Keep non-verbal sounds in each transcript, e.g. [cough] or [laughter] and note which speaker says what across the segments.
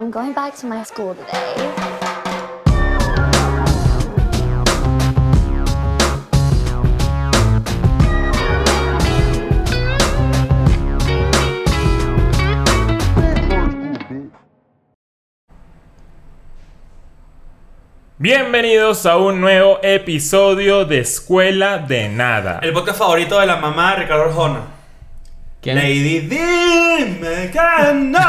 Speaker 1: I'm going back to my school today.
Speaker 2: Bienvenidos a un nuevo episodio de Escuela de Nada.
Speaker 3: El podcast favorito de la mamá de Ricardo Arjona.
Speaker 4: ¿Quién?
Speaker 3: Lady, dime que
Speaker 4: [laughs]
Speaker 3: no.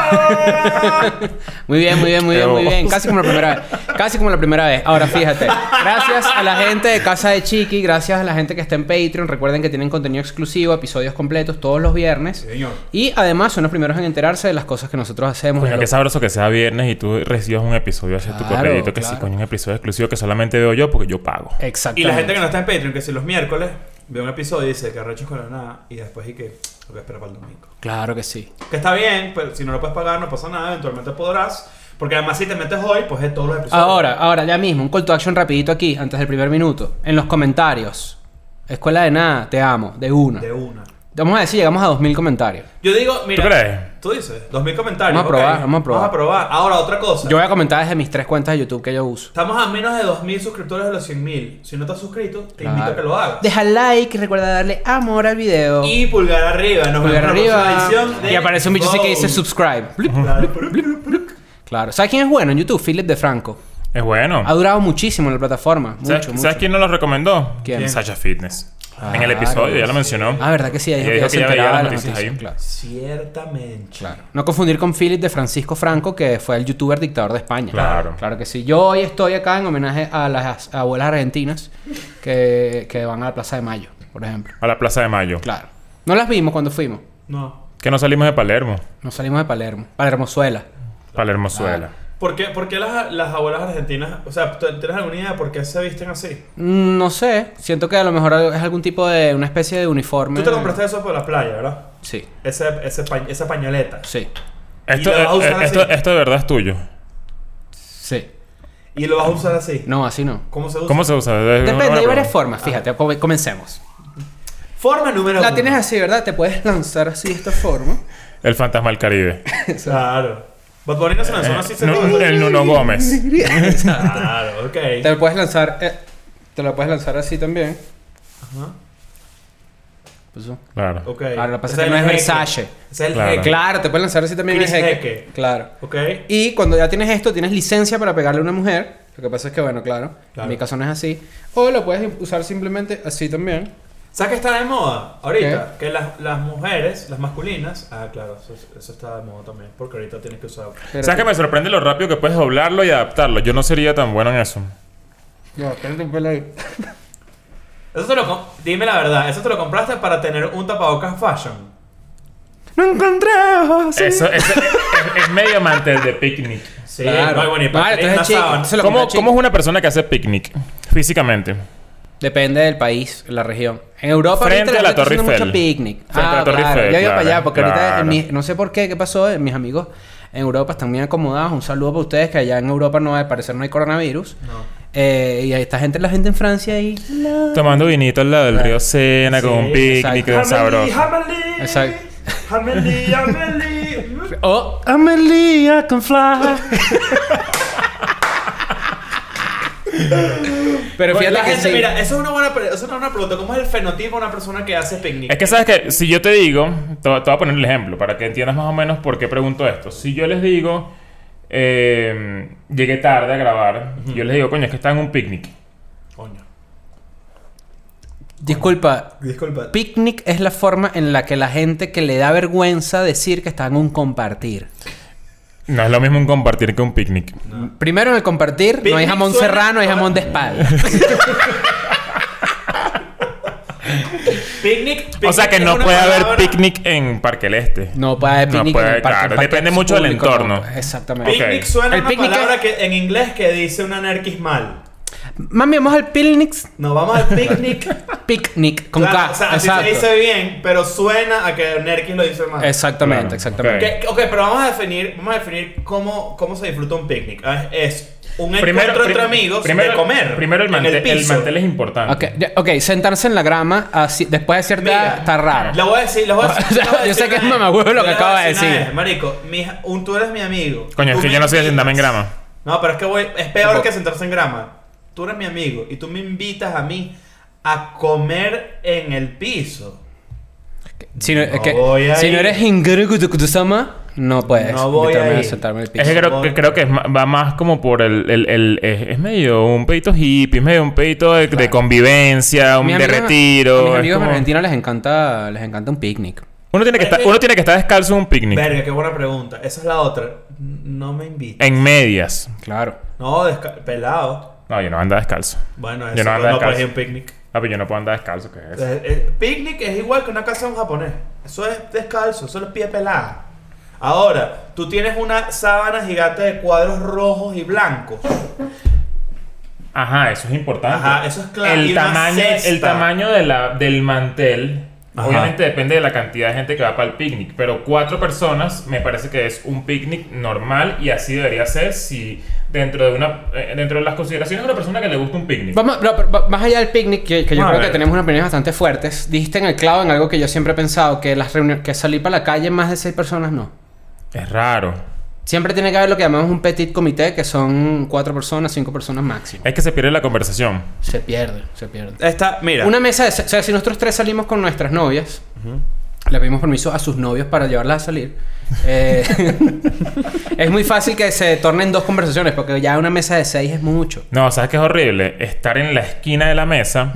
Speaker 4: Muy bien, muy bien, muy bien, muy
Speaker 2: Pero-
Speaker 4: bien. Casi como la primera vez. Casi como la primera vez. Ahora fíjate. Gracias a la gente de Casa de Chiqui, gracias a la gente que está en Patreon. Recuerden que tienen contenido exclusivo, episodios completos todos los viernes.
Speaker 3: señor.
Speaker 4: Y además son los primeros en enterarse de las cosas que nosotros hacemos.
Speaker 2: Coño,
Speaker 4: de lo-
Speaker 2: qué sabroso que sea viernes y tú recibas un episodio hacia tu
Speaker 4: Claro,
Speaker 2: correo que sí,
Speaker 4: claro. Eh,
Speaker 2: coño, un episodio exclusivo que solamente veo yo porque yo pago.
Speaker 4: Exactamente.
Speaker 3: Y la gente que no está en Patreon, que si los miércoles ve un episodio y dice que arrecho con la nada y después y que lo que espera para el domingo.
Speaker 4: Claro que sí.
Speaker 3: Que está bien, pero si no lo puedes pagar no pasa nada, eventualmente podrás. Porque además si te metes hoy, pues es todos los episodios.
Speaker 4: Ahora, ahora, ya mismo, un call to action rapidito aquí, antes del primer minuto. En los comentarios. Escuela de nada, te amo, de una.
Speaker 3: De una.
Speaker 4: Vamos a decir, llegamos a 2.000 comentarios.
Speaker 3: Yo digo, mira.
Speaker 2: crees?
Speaker 3: Tú dices, 2000 comentarios.
Speaker 4: Vamos a
Speaker 3: ok.
Speaker 4: probar, vamos a probar.
Speaker 3: Vamos a probar. Ahora, otra cosa.
Speaker 4: Yo voy a comentar desde mis tres cuentas de YouTube que yo uso.
Speaker 3: Estamos a menos de 2000 suscriptores de los 100.000. Si no estás suscrito, te invito a que lo hagas.
Speaker 4: Deja like, recuerda darle amor al video.
Speaker 3: Y pulgar arriba. Nos
Speaker 4: pulgar
Speaker 3: vemos en la próxima
Speaker 4: arriba.
Speaker 3: edición de
Speaker 4: Y aparece un bicho así que dice
Speaker 3: Vogue.
Speaker 4: subscribe. Blip.
Speaker 3: Claro. Plup, plup, plup.
Speaker 4: Claro. ¿Sabes quién es bueno en YouTube? Philip de Franco.
Speaker 2: Es bueno.
Speaker 4: Ha durado muchísimo en la plataforma. Mucho,
Speaker 2: ¿Sabes,
Speaker 4: Ah, mucho.
Speaker 2: sabes quién nos lo recomendó?
Speaker 4: ¿Quién?
Speaker 2: Sasha Fitness. en el episodio, ya lo mencionó.
Speaker 4: Ah, ¿verdad que sí? Ahí
Speaker 2: Ella
Speaker 4: ya
Speaker 2: dijo que
Speaker 4: se
Speaker 2: ya veía
Speaker 4: enteraba
Speaker 2: las
Speaker 4: de
Speaker 2: noticias ahí.
Speaker 4: Claro.
Speaker 3: Ciertamente.
Speaker 4: Claro. No confundir con Philip de Francisco Franco, que fue el youtuber dictador de España.
Speaker 2: Claro.
Speaker 4: Claro que sí. Yo hoy estoy acá en homenaje a las abuelas argentinas que, que van a la Plaza de Mayo, por ejemplo.
Speaker 2: A la Plaza de Mayo.
Speaker 4: Claro. No las vimos cuando fuimos.
Speaker 3: No.
Speaker 2: Que no salimos de Palermo.
Speaker 4: Nos salimos de Palermo. Palermozuela.
Speaker 2: Palermozuela.
Speaker 3: ¿Por qué, por qué las, las abuelas argentinas, o sea, ¿tú- ¿tienes alguna idea de por qué se visten así?
Speaker 4: Mm, No sé. Siento que a lo mejor es algún tipo de... Una especie de uniforme.
Speaker 3: Tú te compraste eso por la playa, ¿verdad?
Speaker 4: Sí.
Speaker 3: Ese, ese pa- esa pañoleta.
Speaker 4: Sí.
Speaker 2: Esto,
Speaker 3: Y la vas a usar
Speaker 2: eh, esto,
Speaker 3: así.
Speaker 2: esto de verdad es tuyo.
Speaker 4: Sí.
Speaker 3: Y lo vas a usar así.
Speaker 4: No, así no.
Speaker 3: ¿Cómo se usa?
Speaker 2: ¿Cómo se usa? Es una
Speaker 4: Depende,
Speaker 2: buena
Speaker 4: hay varias
Speaker 2: pregunta.
Speaker 4: formas. Fíjate, come- comencemos.
Speaker 3: Forma número
Speaker 4: La
Speaker 3: uno.
Speaker 4: tienes así, ¿verdad? Te puedes lanzar así de esta forma.
Speaker 2: El fantasma del Caribe.
Speaker 3: Claro. Bad Bunny no se
Speaker 4: Eh,
Speaker 3: lanzó así, se
Speaker 2: Nu-
Speaker 3: lanzó.
Speaker 2: el Nuno Gómez.
Speaker 3: Claro, ok.
Speaker 4: Te lo puedes lanzar. eh, te lo puedes lanzar así también.
Speaker 3: Ajá.
Speaker 4: Pues, uh,
Speaker 2: Claro.
Speaker 3: Ok.
Speaker 4: Ahora, lo que pasa es
Speaker 3: Ese
Speaker 4: que no es
Speaker 3: el
Speaker 4: Versace.
Speaker 3: jeque. Ese es el
Speaker 2: Claro.
Speaker 3: jeque.
Speaker 4: Claro, te puedes lanzar así también
Speaker 3: Chris
Speaker 4: en jeque.
Speaker 3: Jeque.
Speaker 4: Claro.
Speaker 3: Ok.
Speaker 4: Y cuando ya tienes esto, tienes licencia para pegarle a una mujer. Lo que pasa es que, bueno, claro,
Speaker 3: Claro.
Speaker 4: En mi caso no es así. O lo puedes usar simplemente así también.
Speaker 3: ¿Sabes qué está de moda ahorita? Que las, las mujeres, las masculinas. Ah, claro, eso, eso está de moda también. Porque ahorita tienes que usar.
Speaker 4: Pero-
Speaker 2: ¿Sabes que me sorprende lo rápido que puedes doblarlo y adaptarlo? Yo no sería tan bueno en eso.
Speaker 4: No, espérate un pelo ahí.
Speaker 3: Eso te lo. com- Dime la verdad, eso te lo compraste para tener un tapabocas fashion.
Speaker 4: No encontré Ah, ojos.
Speaker 2: Eso, eso- es, es medio amante de picnic.
Speaker 3: Sí,
Speaker 4: Claro.
Speaker 3: muy bueno. Y
Speaker 4: Vale,
Speaker 3: para tener una
Speaker 4: entonces, chico,
Speaker 3: sábana.
Speaker 4: entonces lo
Speaker 2: ¿Cómo,
Speaker 4: compré, chico.
Speaker 2: cómo es una persona que hace picnic físicamente?
Speaker 4: Depende del país, la región. En Europa
Speaker 2: Frente
Speaker 4: ahorita
Speaker 2: a la
Speaker 4: gente está
Speaker 2: Torre
Speaker 4: haciendo
Speaker 2: Eiffel.
Speaker 4: mucho picnic. Ah,
Speaker 2: Frente a la Torre
Speaker 4: claro.
Speaker 2: Eiffel,
Speaker 4: Yo iba
Speaker 2: claro,
Speaker 4: para allá porque ahorita en
Speaker 2: claro.
Speaker 4: mi- no sé por qué, qué pasó, eh, mis amigos en Europa están muy acomodados. Un saludo para ustedes que allá en Europa no, al parecer no hay coronavirus.
Speaker 3: No.
Speaker 4: Eh, y ahí está gente, la gente en Francia ahí.
Speaker 2: Tomando vinito al lado del río Sena con
Speaker 3: Sí,
Speaker 2: un picnic
Speaker 4: exacto.
Speaker 2: un
Speaker 3: Harmony,
Speaker 2: sabroso.
Speaker 3: Harmony.
Speaker 4: Exacto.
Speaker 3: Harmony, Harmony.
Speaker 4: Oh, Amelia can [laughs] fly. Pero
Speaker 3: Bueno,
Speaker 4: fíjate
Speaker 3: la
Speaker 4: que
Speaker 3: gente,
Speaker 4: sí.
Speaker 3: mira, eso es una buena, pre- eso es una buena pregunta. ¿Cómo es el fenotipo de una persona que hace picnic?
Speaker 2: Es que sabes que si yo te digo, te, te voy a poner el ejemplo para que entiendas más o menos por qué pregunto esto. Si yo les digo, eh, llegué tarde a grabar, yo les digo, coño, es que está en un picnic.
Speaker 3: Coño.
Speaker 4: Disculpa,
Speaker 3: Disculpa.
Speaker 4: picnic es la forma en la que la gente que le da vergüenza decir que está en un compartir.
Speaker 2: No es lo mismo un compartir que un picnic.
Speaker 4: Primero en el compartir, no hay
Speaker 3: Picnic
Speaker 4: jamón
Speaker 3: suena-
Speaker 4: serrano, hay jamón de espalda.
Speaker 3: Picnic,
Speaker 2: o sea
Speaker 3: picnic
Speaker 2: que
Speaker 3: es
Speaker 2: no
Speaker 3: una
Speaker 2: puede haber
Speaker 3: palabra-
Speaker 2: picnic en Parque El Este.
Speaker 4: No puede haber
Speaker 2: No
Speaker 4: picnic
Speaker 2: puede,
Speaker 4: en el parque,
Speaker 2: claro.
Speaker 4: en parques
Speaker 2: Depende mucho del
Speaker 4: públicos,
Speaker 2: entorno.
Speaker 4: no. Exactamente.
Speaker 3: Picnic
Speaker 2: Ok.
Speaker 3: suena
Speaker 4: El
Speaker 3: una
Speaker 4: picnic
Speaker 3: palabra
Speaker 4: es-
Speaker 3: que en inglés que dice un anarquismo mal.
Speaker 4: Mami, vamos al picnic.
Speaker 3: Nos vamos al
Speaker 2: [laughs]
Speaker 3: picnic.
Speaker 4: Picnic con
Speaker 3: Claro,
Speaker 4: K.
Speaker 3: O sea, así
Speaker 4: Exacto.
Speaker 3: se dice bien, pero suena a que Nerkis lo dice mal.
Speaker 4: Exactamente,
Speaker 2: Claro,
Speaker 4: exactamente.
Speaker 3: Que- ok, pero vamos a definir, vamos a definir cómo, cómo se disfruta un picnic. Ah, Es un
Speaker 2: Primero,
Speaker 3: encuentro entre
Speaker 2: prim-
Speaker 3: amigos
Speaker 2: primero-
Speaker 3: de comer.
Speaker 2: Primero el
Speaker 3: en
Speaker 2: mantel, el,
Speaker 3: piso.
Speaker 2: mantel es importante.
Speaker 4: Ok, ya- ok, sentarse en la grama así- después de cierta edad
Speaker 3: Mira,
Speaker 4: está raro.
Speaker 3: Lo voy a decir, lo
Speaker 2: [laughs]
Speaker 3: voy a decir.
Speaker 4: O sea,
Speaker 3: lo voy a
Speaker 4: yo sé
Speaker 3: decir
Speaker 4: que es
Speaker 3: una vez.
Speaker 4: mamahuevo lo
Speaker 3: Yo
Speaker 4: que
Speaker 3: le voy a
Speaker 4: acaba de
Speaker 3: una
Speaker 4: decir.
Speaker 3: vez, marico, mi- un, tú eres mi amigo.
Speaker 2: Coño, es
Speaker 3: Tú
Speaker 2: que
Speaker 3: me
Speaker 2: yo no sé
Speaker 3: invitas.
Speaker 2: sentarme en grama.
Speaker 3: No, pero es que voy, es peor
Speaker 4: Tampoco.
Speaker 3: que sentarse en grama. Tú eres mi amigo y tú me invitas a mí a comer en el piso.
Speaker 4: Si no, es
Speaker 3: No
Speaker 4: que-
Speaker 3: voy a
Speaker 4: si no
Speaker 3: ir.
Speaker 4: eres Inguru Kutukutusama, no puedes.
Speaker 3: No voy a
Speaker 4: invitarme
Speaker 3: ir.
Speaker 4: sentarme en el piso.
Speaker 2: Es que creo,
Speaker 3: Voy.
Speaker 2: que creo que es ma- va más como por el... el, el- es, es medio un pedito hippie, es medio un pedito de, de convivencia, un
Speaker 4: Mis
Speaker 2: de
Speaker 4: amigos-
Speaker 2: retiro.
Speaker 4: A mis
Speaker 2: es
Speaker 4: amigos en
Speaker 2: como-
Speaker 4: Argentina les encanta, les encanta un picnic.
Speaker 2: Uno tiene, que estar, uno tiene que estar descalzo en un picnic.
Speaker 3: Verga, qué buena pregunta. Esa es la otra. No me invitas.
Speaker 2: En medias.
Speaker 4: Claro.
Speaker 3: No, desca- pelado.
Speaker 2: No, yo no ando descalzo.
Speaker 3: Bueno,
Speaker 2: Yo
Speaker 3: eso
Speaker 2: no
Speaker 3: no,
Speaker 2: ando
Speaker 3: no puedes
Speaker 2: descalzo.
Speaker 3: ir a un picnic.
Speaker 2: Ah, pero yo no puedo andar descalzo, ¿qué es eso?
Speaker 3: Eh, eh, picnic es igual que una casa de un japonés. Eso es descalzo, eso es pie pelada. Ahora, tú tienes una sábana gigante de cuadros rojos y blancos.
Speaker 2: Ajá, eso es importante.
Speaker 3: Ajá, eso es claro.
Speaker 2: El
Speaker 3: Y una
Speaker 2: tamaño,
Speaker 3: cesta.
Speaker 2: el tamaño de la, del mantel,
Speaker 3: Ajá.
Speaker 2: obviamente depende de la cantidad de gente que va para el picnic, pero cuatro personas me parece que es un picnic normal y así debería ser si dentro de una eh, dentro de las consideraciones de una persona que le gusta un picnic.
Speaker 4: Vamos, no, pero va- más allá del picnic, que, que yo
Speaker 2: A
Speaker 4: creo
Speaker 2: ver.
Speaker 4: que tenemos unas opiniones bastante fuertes, dijiste en el clavo en algo que yo siempre he pensado, que las reuniones, que salir para la calle más de seis personas no.
Speaker 2: Es raro.
Speaker 4: Siempre tiene que haber lo que llamamos un petit comité, que son cuatro personas, cinco personas máximo.
Speaker 2: Es que se pierde la conversación.
Speaker 4: Se pierde, se pierde.
Speaker 3: Esta, mira.
Speaker 4: Una mesa de... se- O sea, si nosotros tres salimos con nuestras novias, le pedimos permiso a sus novios para llevarlas a salir, eh, [laughs] es muy fácil que se tornen dos conversaciones, porque ya una mesa de seis es mucho.
Speaker 2: No, ¿sabes qué es horrible? Estar en la esquina de la mesa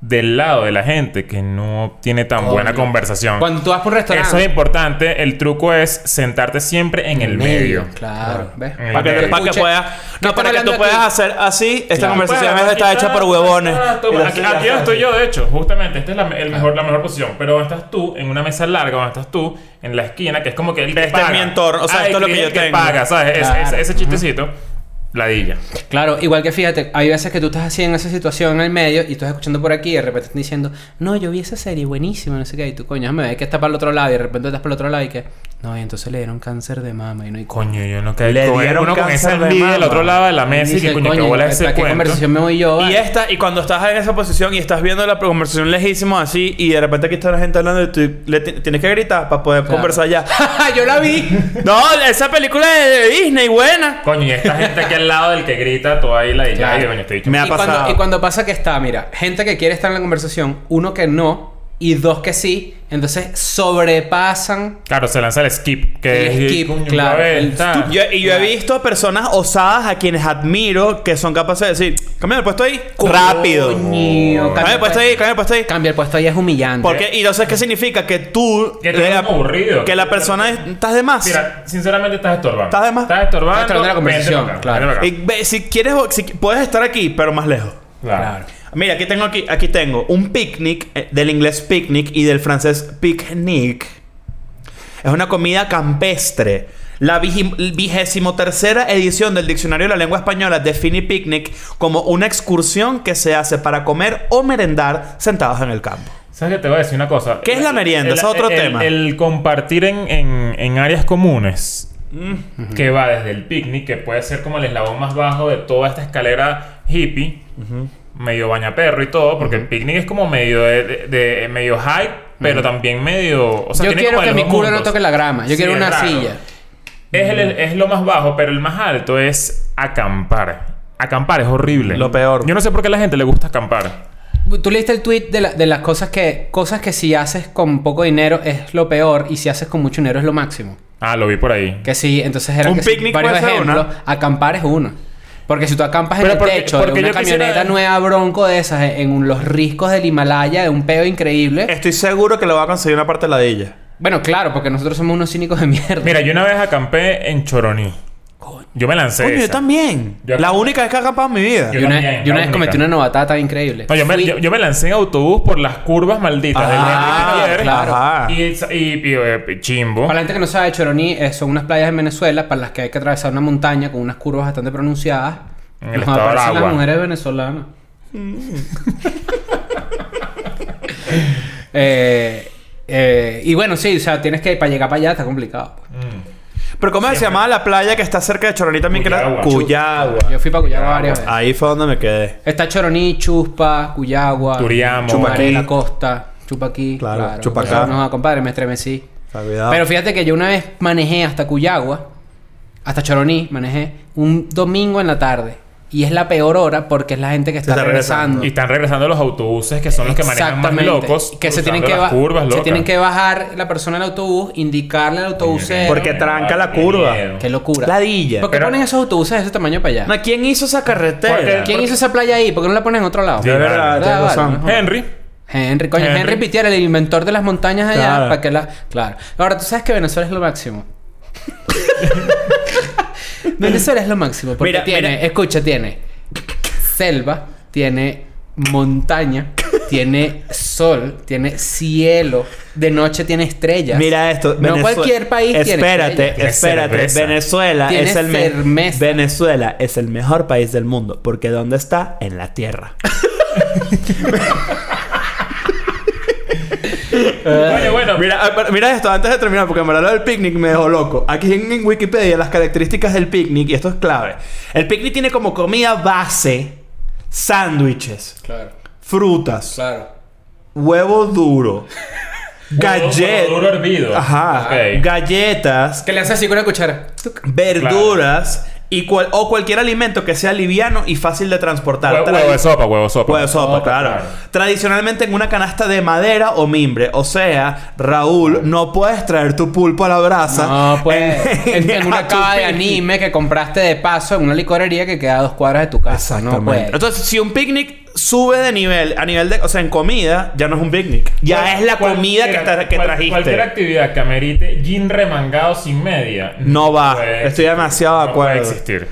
Speaker 2: del lado de la gente que no tiene tan buena conversación.
Speaker 4: Cuando tú vas por un restaurante...
Speaker 2: Eso es importante. El truco es sentarte siempre en, el medio.
Speaker 4: Claro, ¿ves?
Speaker 2: En el
Speaker 3: Para que,
Speaker 2: medio.
Speaker 3: para que
Speaker 4: Escuche,
Speaker 3: puedas.
Speaker 4: ¿qué
Speaker 3: No, para que
Speaker 4: están
Speaker 3: tú
Speaker 4: hablando
Speaker 3: puedas
Speaker 4: aquí?
Speaker 3: hacer así. Esta conversación
Speaker 2: Bueno,
Speaker 3: está
Speaker 2: aquí
Speaker 3: hecha por
Speaker 2: está,
Speaker 3: huevones.
Speaker 2: aquí está,
Speaker 3: Y la-
Speaker 2: Aquí,
Speaker 3: y la-
Speaker 2: aquí donde estoy yo, de hecho, justamente. Esta es la, el mejor, la mejor posición. Pero donde estás tú, en una mesa larga, donde estás tú, en la esquina, que es como que el que
Speaker 3: Este es mi entorno, o sea,
Speaker 2: Ah,
Speaker 3: esto
Speaker 2: el
Speaker 3: es lo que
Speaker 2: el
Speaker 3: yo tengo.
Speaker 2: paga, ¿sabes? Ese-
Speaker 4: Claro,
Speaker 2: ese, ese chistecito, ladilla.
Speaker 4: Claro, igual que fíjate, hay veces que tú estás así en esa situación en el medio y estás escuchando por aquí y de repente están diciendo, no, yo vi esa serie buenísima, no sé qué, y tú, coño, me ves que está para el otro lado y de repente estás para el otro lado y que, no, y entonces le dieron cáncer de mama y no hay
Speaker 2: Coño, yo no caí.
Speaker 3: Le
Speaker 2: con-
Speaker 3: dieron
Speaker 2: uno con
Speaker 3: cáncer
Speaker 2: esa
Speaker 3: de
Speaker 2: envidia del
Speaker 3: mama.
Speaker 2: otro lado de la mesa y que coño, que bola ese
Speaker 4: ¿para qué
Speaker 2: cuento.
Speaker 4: conversación me voy yo?
Speaker 3: Y
Speaker 4: vale?"
Speaker 3: esta, y cuando estás en esa posición y estás viendo la conversación lejísimo así, y de repente aquí está la gente hablando, y tú le ti- tienes que gritar para poder
Speaker 4: Claro.
Speaker 3: conversar ya.
Speaker 4: yo la vi.
Speaker 3: no, esa película de, de Disney,
Speaker 2: [laughs]
Speaker 3: buena.
Speaker 2: Coño, y esta gente aquí al lado del que grita, toda ahí la
Speaker 4: Claro.
Speaker 2: Ay, coño, este estoy dicho.
Speaker 3: Me ha
Speaker 4: y, cuando,
Speaker 3: pasado.
Speaker 4: y cuando pasa que está, mira, gente que quiere estar en la conversación, uno que no y dos que sí, entonces sobrepasan
Speaker 2: Claro, se lanza el skip. Que
Speaker 4: El
Speaker 2: es,
Speaker 4: skip,
Speaker 2: coño,
Speaker 4: claro,
Speaker 2: a ver,
Speaker 4: el
Speaker 2: tal.
Speaker 3: Yo- y yo he visto personas osadas a quienes admiro que son capaces de decir, cambia el puesto ahí, rápido.
Speaker 4: Coño,
Speaker 3: Cambia el puesto ahí, cambia el puesto ahí.
Speaker 4: Cambia el puesto ahí es humillante.
Speaker 3: Porque, y entonces, ¿qué significa? Que tú...
Speaker 2: Que tú eres
Speaker 3: la-
Speaker 2: aburrido.
Speaker 3: Que la persona es- estás de más.
Speaker 2: Mira, sinceramente estás estorbando.
Speaker 3: Estás de más.
Speaker 2: Estás estorbando.
Speaker 4: Estás estorbando la conversación,
Speaker 2: Vente pa' acá,
Speaker 4: claro.
Speaker 2: vente pa' acá.
Speaker 3: Y ve- si quieres, o- si, qui- puedes estar aquí, pero más lejos.
Speaker 2: Claro.
Speaker 3: Mira, aquí tengo aquí, aquí tengo un picnic eh, del inglés picnic y del francés picnic. Es una comida campestre. La vigi- vigésimo tercera edición del Diccionario de la Lengua Española define picnic como una excursión que se hace para comer o merendar sentados en el campo.
Speaker 2: ¿Sabes qué te voy a decir una cosa?
Speaker 3: ¿Qué es la merienda?
Speaker 2: El-
Speaker 3: Es otro
Speaker 2: el-
Speaker 3: tema.
Speaker 2: El compartir en, en- en áreas comunes,
Speaker 3: Mm.
Speaker 2: que va desde el picnic, que puede ser como el eslabón más bajo de toda esta escalera hippie, medio bañaperro y todo, porque el picnic es como medio de, de- de- medio high, pero también medio. O sea,
Speaker 4: yo
Speaker 2: tiene
Speaker 4: quiero
Speaker 2: como de
Speaker 4: que mi
Speaker 2: los dos
Speaker 4: culo no
Speaker 2: mundos.
Speaker 4: toque la grama. Yo
Speaker 2: Sí,
Speaker 4: quiero
Speaker 2: es
Speaker 4: una
Speaker 2: raro.
Speaker 4: silla.
Speaker 2: Es, el- es lo más bajo, pero el más alto es acampar. Acampar es horrible.
Speaker 3: Lo peor.
Speaker 2: Yo no sé por qué a la gente le gusta acampar.
Speaker 4: Tú leíste el tweet de, la- de las cosas que cosas que si haces con poco dinero es lo peor y si haces con mucho dinero es lo máximo.
Speaker 2: Ah, lo vi por ahí.
Speaker 4: Que sí, entonces eran
Speaker 3: Un
Speaker 4: que sí,
Speaker 3: picnic
Speaker 4: varios
Speaker 3: puede ser
Speaker 4: ejemplos.
Speaker 3: una.
Speaker 4: Acampar es uno. Porque si tú acampas en
Speaker 2: Pero
Speaker 4: el
Speaker 2: porque-
Speaker 4: techo
Speaker 2: porque
Speaker 4: de
Speaker 2: yo
Speaker 4: una
Speaker 2: quisiera-
Speaker 4: camioneta nueva bronco de esas, en, en un- los riscos del Himalaya, de un peo increíble.
Speaker 3: Estoy seguro que lo va a conseguir una parte de ladilla.
Speaker 4: Bueno, claro, porque nosotros somos unos cínicos de mierda.
Speaker 2: Mira, yo una vez acampé en Choroní. Yo me lancé.
Speaker 3: Coño,
Speaker 2: esa.
Speaker 3: yo también.
Speaker 2: Yo-
Speaker 3: la única vez que he acampado en mi vida.
Speaker 2: Yo-
Speaker 4: yo una,
Speaker 2: también,
Speaker 4: yo una vez
Speaker 2: la única.
Speaker 4: cometí una novatada tan increíble.
Speaker 2: No, yo, me,
Speaker 4: Fui-
Speaker 2: yo- yo me lancé en autobús por las curvas malditas del
Speaker 4: Ah,
Speaker 2: Henry Miller.
Speaker 4: claro.
Speaker 3: Ajá.
Speaker 2: Y, y- y, eh, chimbo.
Speaker 4: Para la gente que no sabe, Choroní eh, son unas playas en Venezuela para las que hay que atravesar una montaña con unas curvas bastante pronunciadas.
Speaker 2: En el estado Mm. de
Speaker 4: aparecen
Speaker 2: Aragua.
Speaker 4: las mujeres venezolanas. [laughs] Eh, eh, y bueno, sí, o sea, tienes que para llegar para allá está complicado. pues.
Speaker 3: Pero ¿cómo se llamaba la playa que está cerca de Choroní también? Que era
Speaker 2: Ah, Cuyagua.
Speaker 3: Cuyagua.
Speaker 4: Yo fui para Cuyagua varias veces.
Speaker 3: Ahí fue donde me quedé.
Speaker 4: Está Choroní, Chuspa, Cuyagua,
Speaker 2: Turiamo.
Speaker 4: Chumaquí,
Speaker 3: Chupaquí.
Speaker 4: la Costa, Chupaquí.
Speaker 3: Claro, Chupacá.
Speaker 4: Eso No, compadre, me estremecí.
Speaker 3: Cuidado.
Speaker 4: Pero fíjate que yo una vez manejé hasta Cuyagua, hasta Choroní, manejé un domingo en la tarde. Y es la peor hora porque es la gente que está,
Speaker 3: está regresando.
Speaker 4: regresando.
Speaker 2: Y están regresando los autobuses que son los que manejan más
Speaker 4: Exactamente.
Speaker 2: locos.
Speaker 4: Que se
Speaker 2: cruzando
Speaker 4: tienen que,
Speaker 2: las
Speaker 4: ba-
Speaker 2: curvas,
Speaker 4: se
Speaker 2: locas.
Speaker 4: tienen que bajar la persona del autobús, indicarle al autobusero.
Speaker 3: Porque tranca la curva.
Speaker 4: Qué locura.
Speaker 3: Ladilla.
Speaker 4: ¿Por qué
Speaker 2: Pero-
Speaker 4: ponen esos autobuses de ese tamaño para allá?
Speaker 3: No, ¿Quién hizo esa carretera?
Speaker 2: Porque-
Speaker 4: ¿Quién hizo esa playa ahí? ¿Por qué no la ponen en otro lado?
Speaker 2: Sí.
Speaker 3: De verdad,
Speaker 2: Vale.
Speaker 3: tienes
Speaker 4: Vale,
Speaker 3: razón.
Speaker 4: mejor.
Speaker 2: Henry.
Speaker 4: Henry, coño,
Speaker 2: Henry.
Speaker 4: Henry, Pitier, el inventor de las montañas allá,
Speaker 3: Claro.
Speaker 4: para que la. Claro. Ahora, tú sabes que Venezuela es lo
Speaker 3: [laughs]
Speaker 4: máximo. Venezuela es lo máximo. Porque
Speaker 3: Mira,
Speaker 4: tiene,
Speaker 3: mira.
Speaker 4: escucha, tiene selva, tiene montaña, tiene sol, tiene cielo, de noche tiene estrellas.
Speaker 3: Mira eh. esto.
Speaker 4: No cualquier país tiene
Speaker 3: Espérate,
Speaker 4: estrellas.
Speaker 3: espérate.
Speaker 2: Tiene cerveza.
Speaker 3: Venezuela
Speaker 4: Tiene
Speaker 3: es el me-
Speaker 4: cerveza.
Speaker 3: Venezuela es el mejor país del mundo porque ¿dónde está? En la tierra.
Speaker 2: Oye, bueno.
Speaker 3: Eh, Mira, ah, pero mira esto, antes de terminar, porque en verdad lo del picnic me dejó loco. Aquí en, en Wikipedia las características del picnic, y esto es clave. El picnic tiene como comida base, sándwiches,
Speaker 4: Claro,
Speaker 3: frutas,
Speaker 4: claro.
Speaker 2: [laughs]
Speaker 3: huevo duro,
Speaker 2: Gallet. Duro
Speaker 3: galletas,
Speaker 2: hervido.
Speaker 3: ajá,
Speaker 2: Ok.
Speaker 3: galletas,
Speaker 4: Que le haces así con una cuchara. Tuc.
Speaker 3: verduras y cual- o cualquier alimento que sea liviano y fácil de transportar.
Speaker 2: Hue-
Speaker 3: Tradi-
Speaker 2: Huevo de sopa, huevo de sopa.
Speaker 3: Huevo de sopa,
Speaker 2: Sopa,
Speaker 3: claro. Tradicionalmente en una canasta de madera o mimbre. O sea, Raúl, no puedes traer tu pulpo a la brasa.
Speaker 4: Ah. No, pues.
Speaker 3: [laughs]
Speaker 4: En, en
Speaker 3: eh, a
Speaker 4: una
Speaker 3: tu
Speaker 4: cava de
Speaker 3: picnic.
Speaker 4: anime que compraste de paso en una licorería que queda a dos cuadras de tu casa. No,
Speaker 3: Exactamente.
Speaker 4: pues.
Speaker 3: Entonces, si un picnic sube de nivel, a nivel de, o sea, en comida, ya no es un picnic. Ya
Speaker 2: Cual-
Speaker 3: es la comida que,
Speaker 2: cualquiera-
Speaker 3: tra- que
Speaker 2: cual-
Speaker 3: trajiste.
Speaker 2: Cualquier actividad que amerite jean remangado sin media.
Speaker 3: No va.
Speaker 2: puede-
Speaker 3: Estoy demasiado de
Speaker 2: no puede
Speaker 3: acuerdo.
Speaker 2: existir.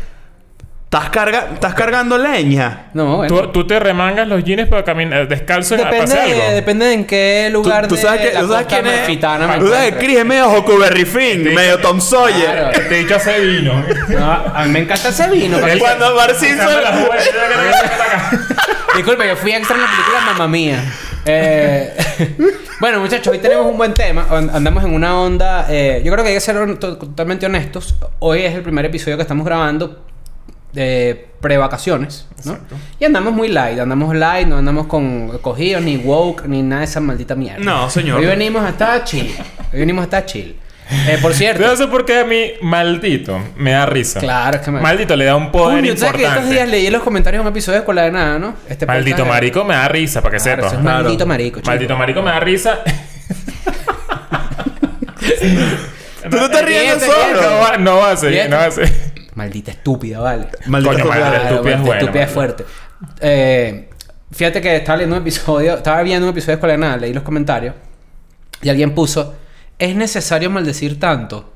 Speaker 3: ¿Estás, carga- estás cargando leña.
Speaker 4: No, bueno.
Speaker 2: ¿Tú, tú te remangas los jeans para caminar eh, descalzo en
Speaker 4: Depende,
Speaker 2: hacer
Speaker 4: de-
Speaker 2: algo.
Speaker 4: depende de en qué
Speaker 3: Tú,
Speaker 4: lugar
Speaker 3: tú sabes
Speaker 4: de
Speaker 3: que,
Speaker 4: la
Speaker 3: tú sabes
Speaker 4: costa
Speaker 3: quién es.
Speaker 4: amalfitana me
Speaker 3: Tú sabes que
Speaker 4: encuentre.
Speaker 3: Chris es medio Huckleberry Finn,
Speaker 2: Sí.
Speaker 3: medio Tom Sawyer.
Speaker 4: Claro.
Speaker 2: Te he dicho hace
Speaker 3: [laughs]
Speaker 2: vino.
Speaker 4: No, a mí me encanta ese vino.
Speaker 2: Él-
Speaker 4: papi.
Speaker 3: Cuando Marcin
Speaker 2: Sacando
Speaker 3: suena-
Speaker 2: las bolas, yo creo que
Speaker 4: [laughs]
Speaker 2: saca la cara.
Speaker 4: Disculpe, yo fui extra en la película Mamma Mía. Eh, [laughs] bueno, muchachos, hoy tenemos un buen tema. An- Andamos en una onda. eh, yo creo que hay que ser hon- to- totalmente honestos. Hoy es el primer episodio que estamos grabando de pre-vacaciones, ¿no? Y andamos muy light. Andamos light, no andamos con cogidos, ni woke, ni nada de esa maldita mierda.
Speaker 3: No, señor.
Speaker 4: Hoy venimos hasta chill. Hoy venimos hasta chill. Eh, por cierto.
Speaker 2: No sé por qué a mí, maldito, me da risa.
Speaker 4: Claro, es que me-
Speaker 2: Maldito le da un poder
Speaker 4: Coño, ¿sabes que
Speaker 2: importante.
Speaker 4: estos días leí en los comentarios de un episodio de Escuela de Nada, ¿no? Este
Speaker 2: Maldito
Speaker 4: podcast-
Speaker 2: marico me da risa, para que
Speaker 4: Claro,
Speaker 2: sepas.
Speaker 4: eso es
Speaker 3: Claro.
Speaker 4: Maldito marico, chico.
Speaker 2: Maldito marico me da risa.
Speaker 3: Tú no te
Speaker 2: [laughs]
Speaker 3: ríes
Speaker 4: Siguiente,
Speaker 3: solo.
Speaker 2: este No va, no va a
Speaker 4: este-
Speaker 2: seguir, no va a seguir.
Speaker 4: Maldita estúpida, vale.
Speaker 3: Maldito
Speaker 2: Coño,
Speaker 3: Claro,
Speaker 2: maldita estúpida es
Speaker 4: maldita
Speaker 2: bueno.
Speaker 4: estúpida es fuerte. Eh, fíjate que estaba leyendo un episodio, estaba viendo un episodio de Escuela de Nada, leí los comentarios y alguien puso, ¿es necesario maldecir tanto?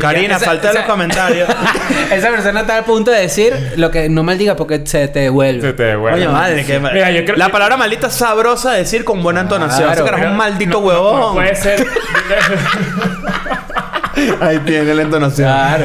Speaker 3: Karina,
Speaker 4: Esa-
Speaker 3: falta en
Speaker 4: esa-
Speaker 3: los comentarios.
Speaker 4: [laughs] Esa persona está al punto de decir lo que no maldiga porque se te devuelve.
Speaker 2: Se te devuelve.
Speaker 3: Coño, madre, que
Speaker 2: Mira, yo creo-
Speaker 3: La palabra maldita es sabrosa de decir con buena entonación.
Speaker 4: Claro.
Speaker 3: Eso que eres un maldito
Speaker 2: No,
Speaker 3: huevón.
Speaker 2: no puede ser.
Speaker 3: Ahí tiene la entonación.
Speaker 4: Claro.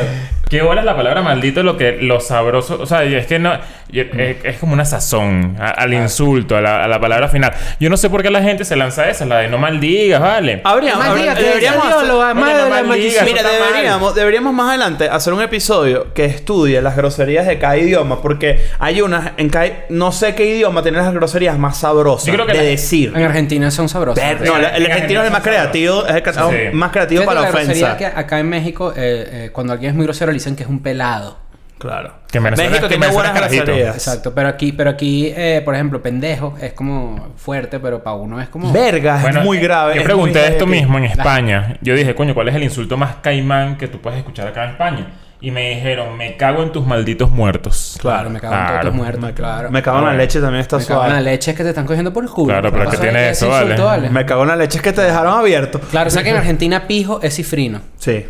Speaker 2: Qué bola es la palabra maldito, lo que lo sabroso. O sea, y es que no. y- es, es como una sazón a-
Speaker 3: Ah.
Speaker 2: al insulto, a la, a la palabra final. Yo no sé por qué la gente se lanza esa, la de no maldigas, vale.
Speaker 3: Habríamos,
Speaker 4: Maldiga,
Speaker 3: habr-
Speaker 4: que
Speaker 3: deberíamos
Speaker 4: salió
Speaker 3: hacer-
Speaker 4: lo
Speaker 2: Coño,
Speaker 4: amado
Speaker 2: no
Speaker 4: de la
Speaker 2: maldiga,
Speaker 4: maldición.
Speaker 2: eso
Speaker 3: Mira,
Speaker 2: está mal.
Speaker 3: deberíamos, deberíamos más adelante hacer un episodio que estudie las groserías de cada idioma, porque hay unas en cada, no sé qué idioma tiene las groserías más sabrosas
Speaker 2: Yo creo que
Speaker 3: de
Speaker 2: la-
Speaker 3: decir.
Speaker 4: En Argentina son sabrosos.
Speaker 3: Ver- no, la- el
Speaker 2: Sí.
Speaker 3: argentino es el más creativo, es el ca-
Speaker 2: Sí.
Speaker 3: más creativo
Speaker 4: Fíjate
Speaker 3: para la
Speaker 4: la grosería
Speaker 3: ofensa.
Speaker 4: que acá en México, eh, eh, cuando alguien es muy grosero, le dicen que es un pelado.
Speaker 3: Claro.
Speaker 2: Que en Venezuela-
Speaker 3: México
Speaker 2: que en
Speaker 3: tiene
Speaker 2: Venezuela es
Speaker 3: buenas
Speaker 2: carajito.
Speaker 3: groserías.
Speaker 4: Exacto, pero aquí, pero aquí eh, por ejemplo, pendejo es como fuerte, pero para uno es como...
Speaker 3: Verga,
Speaker 2: Bueno,
Speaker 3: es muy grave.
Speaker 2: Yo
Speaker 3: es
Speaker 2: pregunté
Speaker 3: muy
Speaker 2: esto
Speaker 3: heavy.
Speaker 2: mismo en España. Yo dije, coño, ¿cuál es el insulto más caimán que tú puedes escuchar acá en España? Y me dijeron, me cago en tus malditos muertos.
Speaker 4: Claro, me cago en todos
Speaker 2: Claro.
Speaker 4: tus muertos, claro.
Speaker 3: Me cago en la leche también está
Speaker 4: Me cago en la
Speaker 3: suave.
Speaker 4: leche es que te están cogiendo por el culo.
Speaker 2: Claro, pero
Speaker 4: O
Speaker 2: ¿qué
Speaker 4: sea,
Speaker 2: tiene
Speaker 4: ese
Speaker 2: eso, vale?
Speaker 4: insulto,
Speaker 3: Me cago en la leche que te dejaron abierto.
Speaker 4: Claro, o sea que en Argentina pijo es cifrino.
Speaker 3: Sí.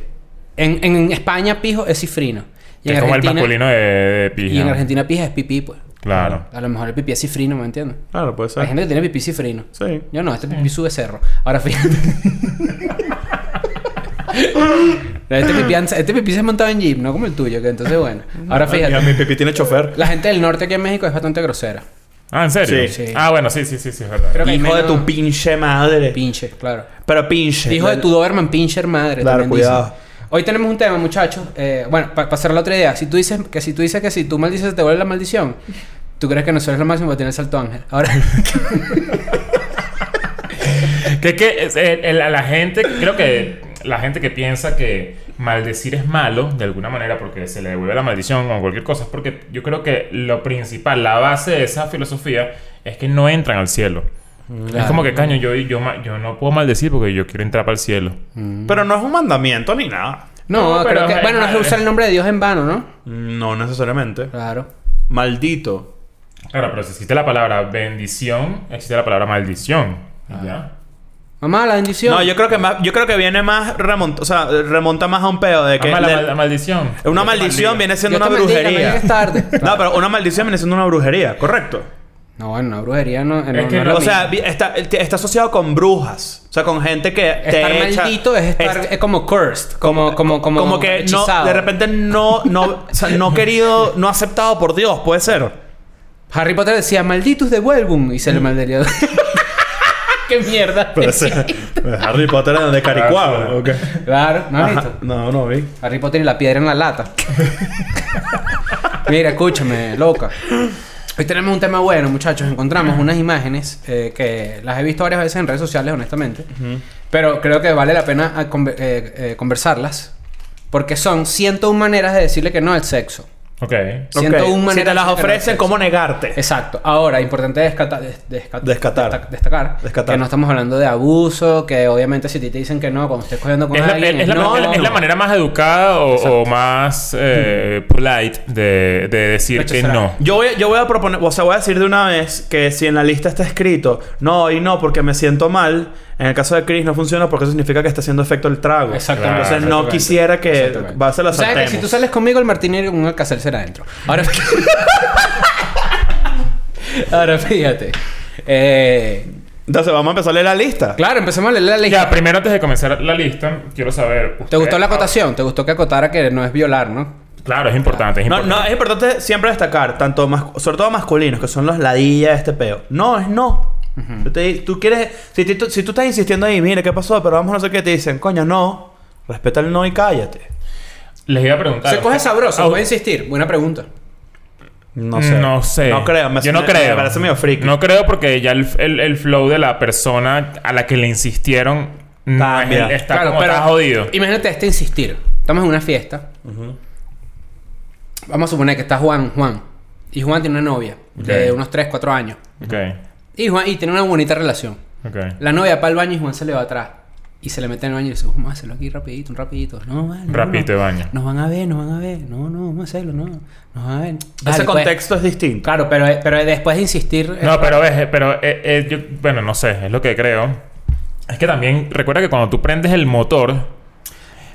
Speaker 4: En, en España pijo es cifrino. Y
Speaker 2: Que
Speaker 4: en
Speaker 2: es como el
Speaker 4: Argentina-
Speaker 2: masculino de, de pija.
Speaker 4: Y en Argentina pija es pipí, pues.
Speaker 2: Claro.
Speaker 4: A lo mejor el pipí es cifrino, ¿me entiendes?
Speaker 3: Claro, puede
Speaker 4: Hay
Speaker 3: ser.
Speaker 4: gente que tiene pipí cifrino.
Speaker 3: Sí.
Speaker 4: Yo no, este pipí sube cerro. Ahora fíjate.
Speaker 3: [laughs]
Speaker 4: este, pipí, ansa- este pipí se ha montado en jeep, no como el tuyo, que entonces bueno. Ahora
Speaker 3: Mira, mi
Speaker 4: fíjate.
Speaker 3: pipi tiene chofer.
Speaker 4: La gente del norte aquí en México es bastante grosera.
Speaker 2: Ah, ¿en serio?
Speaker 3: Sí.
Speaker 4: Sí.
Speaker 2: Ah, bueno, sí, sí, sí, sí, es verdad.
Speaker 4: Creo que hay
Speaker 3: Hijo de
Speaker 4: menos-
Speaker 3: tu pinche madre.
Speaker 4: Pinche, claro.
Speaker 3: Pero pinche.
Speaker 4: Hijo de tu Doberman, pincher madre.
Speaker 3: Claro,
Speaker 4: también dicen.
Speaker 3: cuidado.
Speaker 4: Hoy tenemos un tema, muchachos. Eh, bueno, para pasar la otra idea. Si tú dices que si tú dices que si tú maldices te vuelve la maldición, tú crees que no eres lo máximo para tener el salto ángel. Ahora, [laughs]
Speaker 2: Que es que es, eh, el- a la gente, creo que la gente que piensa que maldecir es malo, de alguna manera, porque se le devuelve la maldición o cualquier cosa, es porque yo creo que lo principal, la base de esa filosofía es que no entran al cielo. Es
Speaker 4: Claro.
Speaker 2: como que caño, yo, yo, ma- yo no puedo maldecir porque yo quiero entrar para el cielo.
Speaker 3: Pero no es un mandamiento ni nada.
Speaker 4: no,
Speaker 2: No,
Speaker 4: creo
Speaker 2: pero-
Speaker 4: que bueno, no es usar el nombre de Dios en vano, ¿no?
Speaker 3: No necesariamente.
Speaker 4: Claro.
Speaker 3: Maldito.
Speaker 2: Claro, pero si existe la palabra bendición, existe la palabra maldición.
Speaker 4: Ah.
Speaker 2: Y ¿Ya?
Speaker 4: Mamá, la bendición.
Speaker 3: No, yo creo que más, yo creo que viene más remonta, o sea, remonta más a un pedo de que
Speaker 2: Ama Ah, la,
Speaker 3: le-
Speaker 2: mal- la maldición.
Speaker 3: una
Speaker 2: Yo te
Speaker 3: maldición
Speaker 2: maldigo.
Speaker 3: viene siendo
Speaker 4: Yo
Speaker 3: una
Speaker 4: te bendiga, me
Speaker 3: brujería.
Speaker 4: llegues tarde.
Speaker 3: no, pero una maldición viene siendo una brujería, correcto.
Speaker 4: No, bueno, una brujería no. no-
Speaker 2: Es que
Speaker 4: no es
Speaker 2: no-
Speaker 4: lo
Speaker 3: o sea,
Speaker 4: mismo.
Speaker 3: vi- está, eh, está asociado con brujas, o sea, con gente que
Speaker 4: estar
Speaker 3: te echa-
Speaker 4: maldito es estar es, como cursed, como como como
Speaker 3: como que
Speaker 4: hechizado.
Speaker 3: no, de repente no, no, o sea, no querido, no aceptado por Dios, puede ser.
Speaker 4: Harry Potter decía malditos de Welbun y se le maldería.
Speaker 3: [laughs]
Speaker 4: Qué mierda.
Speaker 3: Harry Potter de
Speaker 2: Caricuao, ¿ok?
Speaker 4: [laughs] Claro, no has visto.
Speaker 3: No, no vi.
Speaker 4: Harry Potter y la piedra en la lata. Mira, escúchame, loca. Hoy tenemos un tema bueno, muchachos. Encontramos unas imágenes eh, que las he visto varias veces en redes sociales, honestamente. Pero creo que vale la pena ah, conver- eh, eh, conversarlas. Porque son 101 maneras de decirle que no al sexo.
Speaker 2: Ok.
Speaker 4: 101 maneras.
Speaker 3: Si
Speaker 4: de
Speaker 3: te las
Speaker 4: decirle que no al
Speaker 3: ofrecen,
Speaker 4: sexo.
Speaker 3: ¿cómo negarte?
Speaker 4: Exacto. Ahora, importante descata- des- desca-
Speaker 3: Descatar.
Speaker 4: destac- destacar
Speaker 3: Descatar.
Speaker 4: que no estamos hablando de abuso, que obviamente si a ti te dicen que no, cuando estés cogiendo con
Speaker 2: Es la,
Speaker 4: alguien,
Speaker 2: es la-
Speaker 4: no,
Speaker 2: es la- es la
Speaker 4: no.
Speaker 2: manera más educada o, o más eh, polite de, de decir
Speaker 4: Hecho
Speaker 2: que
Speaker 4: será.
Speaker 2: no.
Speaker 3: Yo voy, yo voy a proponer, o sea, voy a decir de una vez que si en la lista está escrito no y no porque me siento mal, en el caso de Chris no funciona porque eso significa que está haciendo efecto el trago.
Speaker 4: Exactamente.
Speaker 3: Entonces no
Speaker 4: Exactamente.
Speaker 3: quisiera que
Speaker 4: Exactamente.
Speaker 3: va a ser la
Speaker 4: Tú sabes que
Speaker 3: saltemos.
Speaker 4: si tú sales conmigo, el martini con un alcacer será adentro.
Speaker 2: [laughs]
Speaker 4: Ahora, Ahora fíjate. Eh,
Speaker 3: Entonces vamos a empezar a leer la lista.
Speaker 4: claro, empecemos a leer la lista.
Speaker 2: Ya, eh, primero antes de comenzar la lista, quiero saber.
Speaker 4: ¿Te
Speaker 2: ¿usted- Ah,
Speaker 4: gustó la acotación? ¿Te gustó que acotara que no es violar, no?
Speaker 2: Claro, es importante, es
Speaker 3: No,
Speaker 2: importante.
Speaker 3: no, eh, es importante siempre destacar, tanto mas- sobre todo masculinos, que son los ladillas de este peo. No, es no. Yo te di- tú quieres, si, ti- tú- si tú estás insistiendo ahí, mira qué pasó, pero vamos a no sé qué, te dicen, coño, no, respeta el no y cállate.
Speaker 2: Les iba a preguntar.
Speaker 4: Se coge sabroso,
Speaker 2: Ah,
Speaker 4: puede insistir. Buena pregunta.
Speaker 3: No sé.
Speaker 2: No sé.
Speaker 3: No creo. me-
Speaker 2: Yo no
Speaker 3: me-
Speaker 2: creo.
Speaker 3: Me parece medio friki.
Speaker 2: No creo porque ya el, el- el flow de la persona a la que le insistieron no
Speaker 3: Cambia.
Speaker 2: es el- está, como está jodido.
Speaker 4: Imagínate este insistir. Estamos en una fiesta. Vamos a suponer que está Juan, Juan. Y Juan tiene una novia de
Speaker 2: Ok.
Speaker 4: unos 3, 4 años.
Speaker 2: Ok,
Speaker 4: Y Juan y tiene una bonita relación.
Speaker 2: ok.
Speaker 4: La novia para el baño y Juan se le va atrás. Y se le mete en el baño y dice, vamos a hacerlo aquí rapidito, un rapidito. No, vale. no,
Speaker 2: Rapidito de
Speaker 4: no.
Speaker 2: baño.
Speaker 4: Nos van a ver, nos van a ver. No, no, vamos a hacerlo, no. Nos van a ver.
Speaker 3: Ese
Speaker 4: Dale, pues.
Speaker 3: contexto es distinto.
Speaker 4: Claro, pero, eh, pero después de insistir...
Speaker 2: No, pero ves, pero eh, eh, yo, bueno, no sé, es lo que creo. Es que también recuerda que cuando tú prendes el motor,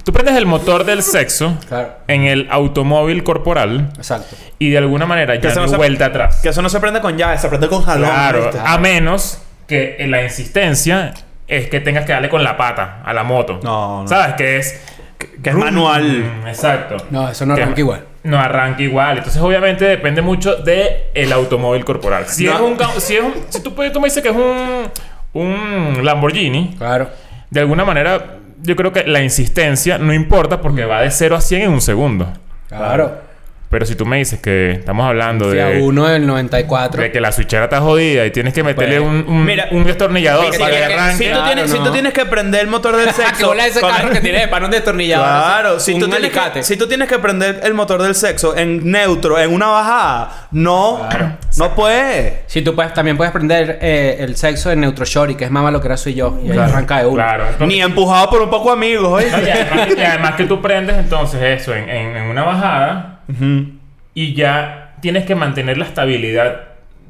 Speaker 2: tú prendes el motor del sexo
Speaker 4: Claro.
Speaker 2: en el automóvil corporal
Speaker 4: Exacto.
Speaker 2: y de alguna manera ya no
Speaker 3: eso no
Speaker 2: hay
Speaker 3: se- Ah,
Speaker 2: vuelta atrás.
Speaker 3: Que eso no se aprende con llaves, se aprende con jalón.
Speaker 2: Claro, Ah,
Speaker 3: ¿viste?
Speaker 2: a menos que en la insistencia es que tengas que darle con la pata a la moto.
Speaker 3: No, no.
Speaker 2: ¿Sabes qué es?
Speaker 3: Que es manual.
Speaker 2: Mm, exacto.
Speaker 4: No, eso no
Speaker 2: Que-
Speaker 4: arranca igual.
Speaker 2: No arranca igual. Entonces, obviamente, depende mucho de el automóvil corporal. Si
Speaker 3: No.
Speaker 2: es un... ca- Si, es un- si tú, puedes- tú me dices que es un... Un Lamborghini.
Speaker 4: Claro.
Speaker 2: De alguna manera, yo creo que la insistencia no importa porque va de 0 a 100 en un segundo.
Speaker 4: Claro.
Speaker 2: Pero si tú me dices que estamos hablando
Speaker 4: Fui a
Speaker 2: de,
Speaker 4: uno del 94. [laughs]
Speaker 2: de que la switchera está jodida y tienes que meterle
Speaker 4: Pues,
Speaker 2: un, un,
Speaker 3: mira,
Speaker 2: un destornillador
Speaker 3: Si,
Speaker 2: para que
Speaker 3: tienes- si
Speaker 2: arranque.
Speaker 3: tú
Speaker 4: Claro,
Speaker 3: tienes, si
Speaker 4: no.
Speaker 3: tú tienes que prender el
Speaker 2: [laughs]
Speaker 3: motor del
Speaker 4: Ah, que
Speaker 3: sexo.
Speaker 4: bola ese
Speaker 3: con-
Speaker 4: carro que tiene de pan un destornillador.
Speaker 3: Claro, si
Speaker 4: un
Speaker 3: tú, tienes
Speaker 4: alicate.
Speaker 3: que, si tú tienes que prender el motor del sexo en neutro, en una bajada, no, no puede.
Speaker 4: Si tú puedes, también puedes aprender eh, el sexo en Neutro Shorty, que es mamá lo que era soy yo. Y ahí arranca de uno.
Speaker 2: Claro. Entonces-
Speaker 3: Ni empujado por un poco amigos,
Speaker 2: [laughs]
Speaker 3: oye.
Speaker 2: No, y, además, y además que tú prendes entonces eso en, en- en una bajada y ya tienes que mantener la estabilidad